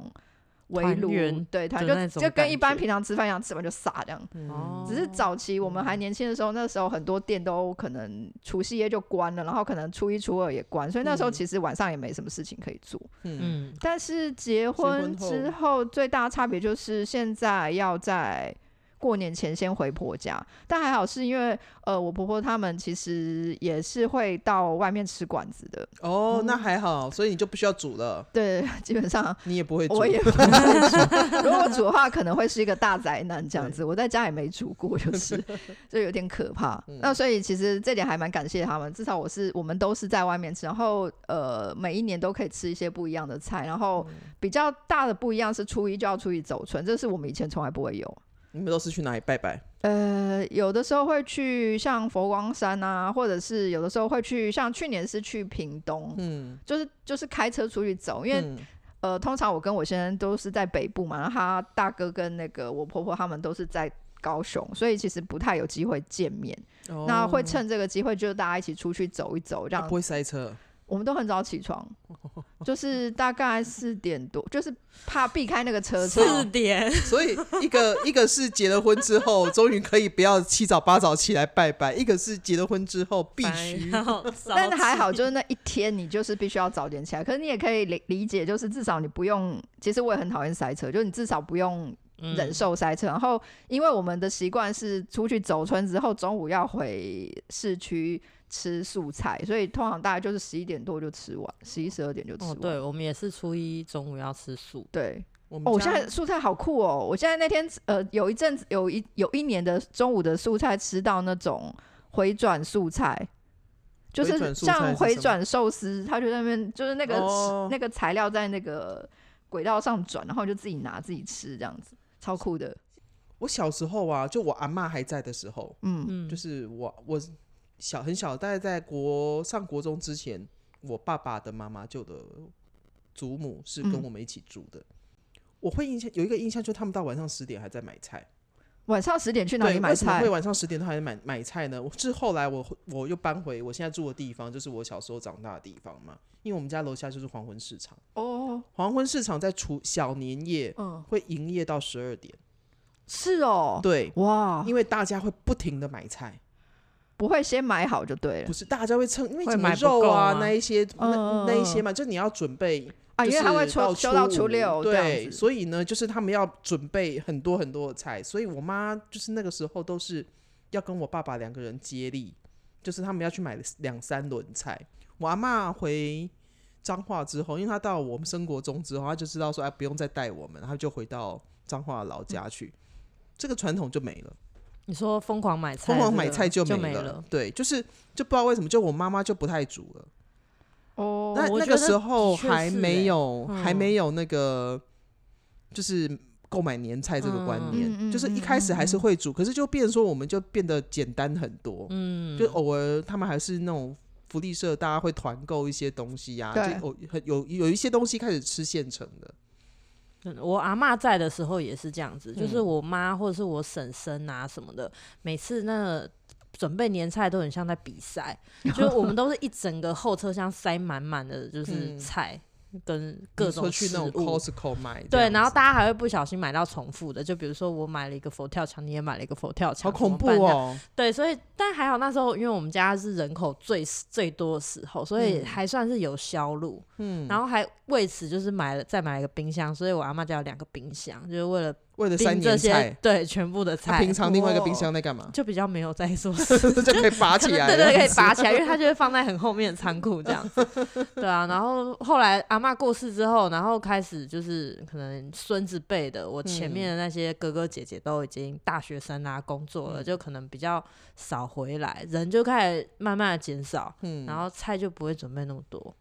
[SPEAKER 2] 围
[SPEAKER 3] 团
[SPEAKER 2] 炉
[SPEAKER 3] 圆，
[SPEAKER 2] 对，团
[SPEAKER 3] 的那
[SPEAKER 2] 就
[SPEAKER 3] 种
[SPEAKER 2] 就跟一般
[SPEAKER 3] 感觉哦
[SPEAKER 2] 平常吃饭一样，吃完就撒这样。
[SPEAKER 1] 嗯
[SPEAKER 2] 只是早期我
[SPEAKER 3] 嗯
[SPEAKER 2] 们还年轻的时候，那时候很多店都可能除夕夜就关了，然后可能初一初二也关，所以那时候
[SPEAKER 1] 嗯
[SPEAKER 2] 其实晚上也没什么事情可以做。
[SPEAKER 1] 嗯，
[SPEAKER 3] 嗯，
[SPEAKER 2] 但是结婚
[SPEAKER 1] 婚后
[SPEAKER 2] 之后最大差别就是现在要在过年前先回婆家，但还好是因为呃我婆婆他们其实也是会到外面吃馆子的，
[SPEAKER 1] 哦，那还好，所以你就不需要煮了，
[SPEAKER 2] 对， *laughs* 基本上
[SPEAKER 1] 你也不会煮，
[SPEAKER 2] 我也 *laughs* 不会煮，如果煮的话可能会是一个大灾难这样子，我在家也没煮过，就是 *laughs* 就有点可怕。那所以其实这点还蛮感谢他们，至少我是我们都是在外面吃，然后呃每一年都可以吃一些不一样的菜，然后比较大的不一样是初一就要出去走村，这是我们以前从来不会有。
[SPEAKER 1] *laughs* 你们都是去哪里拜拜？
[SPEAKER 2] 呃，有的时候会去像佛光山啊，或者是有的时候会去像去年是去屏东，
[SPEAKER 1] 嗯，
[SPEAKER 2] 就是就是开车出去走，因为、
[SPEAKER 1] 嗯
[SPEAKER 2] 呃，通常我跟我先生都是在北部嘛，然后他大哥跟那个我婆婆他们都是在高雄，所以其实不太有机会见面。
[SPEAKER 1] 哦
[SPEAKER 2] 那会趁这个机会，就是大家一起出去走一走，这
[SPEAKER 1] 啊
[SPEAKER 2] 样
[SPEAKER 1] 不。会塞车，
[SPEAKER 2] 我们都很早
[SPEAKER 1] *laughs*
[SPEAKER 2] 起床，就是大概四点多，就是怕避开那
[SPEAKER 1] *laughs*
[SPEAKER 2] 个车潮。
[SPEAKER 3] 四点，
[SPEAKER 1] 所以一个 *laughs* 一个是结了婚之后，终于可以不要七早八早起来拜拜；一个是结了婚之后必须，
[SPEAKER 2] *laughs* 但
[SPEAKER 3] 但
[SPEAKER 2] 是还好，就是那一天你就是必须要早点起来。可是你也可以理理解，就是至少你不用。其实我也很讨厌塞车，就是你至少不用
[SPEAKER 3] 嗯
[SPEAKER 2] 忍受塞车。然后，因为我们的习惯是出去走村之后，中午要回市区吃素菜，所以通常大概就是十一点多就吃完，十一十二点就吃
[SPEAKER 3] 哦，
[SPEAKER 2] 完。
[SPEAKER 3] 对，我们也是初一中午要吃素，
[SPEAKER 2] 对
[SPEAKER 1] 我
[SPEAKER 2] 哦，
[SPEAKER 1] 们
[SPEAKER 2] 我
[SPEAKER 1] 家
[SPEAKER 2] 现在素菜好酷哦！我现在那天呃，有一阵子有一有一年的中午的素菜吃到那种回转素菜。就
[SPEAKER 1] 回转素菜是
[SPEAKER 2] 像
[SPEAKER 1] 什
[SPEAKER 2] 回
[SPEAKER 1] 么
[SPEAKER 2] 转寿司，它就在那边就是那个、
[SPEAKER 1] 哦
[SPEAKER 2] 那个材料在那个轨道上转，然后就自己拿自己吃这样子，超酷的。
[SPEAKER 1] 我小时候啊，就我阿嬷还在的时候，
[SPEAKER 2] 嗯，
[SPEAKER 3] 嗯，
[SPEAKER 1] 就是我我小很小，大概在国上国中之前，我爸爸的妈妈就的祖母是跟
[SPEAKER 2] 嗯
[SPEAKER 1] 我们一起住的。我会印象有一个印象，就是他们到晚上十点还在买菜。
[SPEAKER 2] 晚上十点去哪
[SPEAKER 1] 对，
[SPEAKER 2] 里买
[SPEAKER 1] 为什么
[SPEAKER 2] 菜
[SPEAKER 1] 会？晚上十点都还在买买菜呢？我是后来我我又搬回我现在住的地方，就是我小时候长大的地方嘛。因为我们家楼下就是黄昏市场，
[SPEAKER 2] 哦，
[SPEAKER 1] 黄昏市场在除小年夜
[SPEAKER 2] 嗯，
[SPEAKER 1] 会营业到十二点。
[SPEAKER 2] 是哦，
[SPEAKER 1] 对，
[SPEAKER 2] 哇，
[SPEAKER 1] 因为大家会不停的买菜，
[SPEAKER 2] 不会先买好就对了
[SPEAKER 1] 不是大家会称，因为
[SPEAKER 3] 会
[SPEAKER 1] 什么
[SPEAKER 3] 买不
[SPEAKER 1] 肉
[SPEAKER 3] 够
[SPEAKER 1] 啊
[SPEAKER 3] 啊
[SPEAKER 1] 那一些
[SPEAKER 2] 嗯
[SPEAKER 1] 那
[SPEAKER 2] 嗯
[SPEAKER 1] 那一些嘛，就你要准备。
[SPEAKER 2] 啊，因为它会
[SPEAKER 1] 就是到
[SPEAKER 2] 出修到
[SPEAKER 1] 初
[SPEAKER 2] 初
[SPEAKER 1] 五
[SPEAKER 2] 六这
[SPEAKER 1] 对，
[SPEAKER 2] 样子，
[SPEAKER 1] 所以呢，就是他们要准备很多很多的菜，所以我妈就是那个时候都是要跟我爸爸两个人接力，就是他们要去买两三轮菜。我阿嬷回彰化之后，因为她到我们升国中之后，她就知道说哎不用再带我们，她就回到彰化老
[SPEAKER 2] 嗯
[SPEAKER 1] 家去，这个传统就没了。
[SPEAKER 3] 你说疯狂买菜，
[SPEAKER 1] 疯狂买
[SPEAKER 3] 这个
[SPEAKER 1] 菜就
[SPEAKER 3] 就
[SPEAKER 1] 没
[SPEAKER 3] 了。
[SPEAKER 1] 对，就是就不知道为什么，就我妈妈就不太煮了。
[SPEAKER 2] 哦
[SPEAKER 1] 那
[SPEAKER 3] 我
[SPEAKER 1] 那
[SPEAKER 3] 觉
[SPEAKER 1] 个
[SPEAKER 3] 得
[SPEAKER 1] 时候
[SPEAKER 3] 的确
[SPEAKER 1] 还
[SPEAKER 3] 是
[SPEAKER 1] 没
[SPEAKER 3] 欸
[SPEAKER 1] 有、还
[SPEAKER 3] 嗯
[SPEAKER 1] 没有那个，就是购买年菜这个观
[SPEAKER 3] 嗯
[SPEAKER 1] 念，
[SPEAKER 2] 嗯
[SPEAKER 1] 就是
[SPEAKER 2] 嗯
[SPEAKER 1] 一开始还是会煮，可是就变说我们就变得简单很多，
[SPEAKER 3] 嗯，
[SPEAKER 1] 就偶尔他们还是那种福利社，大家会团购一些东西啊，
[SPEAKER 2] 对
[SPEAKER 1] 就偶有有一些东西开始吃现成的，
[SPEAKER 3] 真嗯的我阿嬷在的时候也是这样子，就是
[SPEAKER 1] 嗯
[SPEAKER 3] 我妈或者是我婶婶啊什么的，每次那个准备年菜都很像在
[SPEAKER 1] *laughs*
[SPEAKER 3] 比赛，就是我们都是一整个后车厢塞满满的就
[SPEAKER 1] 嗯
[SPEAKER 3] 是菜跟各
[SPEAKER 1] 比
[SPEAKER 3] 种
[SPEAKER 1] 如说去那
[SPEAKER 3] 食
[SPEAKER 1] 种
[SPEAKER 3] 物
[SPEAKER 1] Costco 买这
[SPEAKER 3] 对，
[SPEAKER 1] 样
[SPEAKER 3] 然后
[SPEAKER 1] 子
[SPEAKER 3] 大家还会不小心买到重复的，就比如说我买了一个佛跳墙，你也买了一个佛跳
[SPEAKER 1] 好
[SPEAKER 3] 墙，
[SPEAKER 1] 恐怖
[SPEAKER 3] 怎么办！
[SPEAKER 1] 哦，
[SPEAKER 3] 对，所以但还好那时候，因为我们家是人口最最多的时候，所以
[SPEAKER 1] 嗯
[SPEAKER 3] 还算是有销路。
[SPEAKER 1] 嗯，
[SPEAKER 3] 然后还为此就是买了再买了一个冰箱，所以我阿妈家有两个冰箱，就是为了
[SPEAKER 1] 为了三
[SPEAKER 3] 冰这
[SPEAKER 1] 年
[SPEAKER 3] 些
[SPEAKER 1] 菜，
[SPEAKER 3] 对全部的菜，
[SPEAKER 1] 他平常另外一个冰
[SPEAKER 3] 哦
[SPEAKER 1] 箱在干嘛？
[SPEAKER 3] 就比较没有在做事。
[SPEAKER 1] *laughs* 就可以拔
[SPEAKER 3] 可
[SPEAKER 1] 起
[SPEAKER 3] 能
[SPEAKER 1] 来，
[SPEAKER 3] 对对，可以拔起来，因为它就会放在很后面的仓库这样子，
[SPEAKER 1] *laughs*
[SPEAKER 3] 对啊。然后后来阿嬷过世之后，然后开始就是可能孙子辈的，我前面
[SPEAKER 1] 嗯
[SPEAKER 3] 的那些哥哥姐姐都已经大学生啦、工作了，
[SPEAKER 1] 嗯
[SPEAKER 3] 就可能比较少回来，人就开始慢慢的减少，
[SPEAKER 1] 嗯
[SPEAKER 3] 然后菜就不会准备那么多。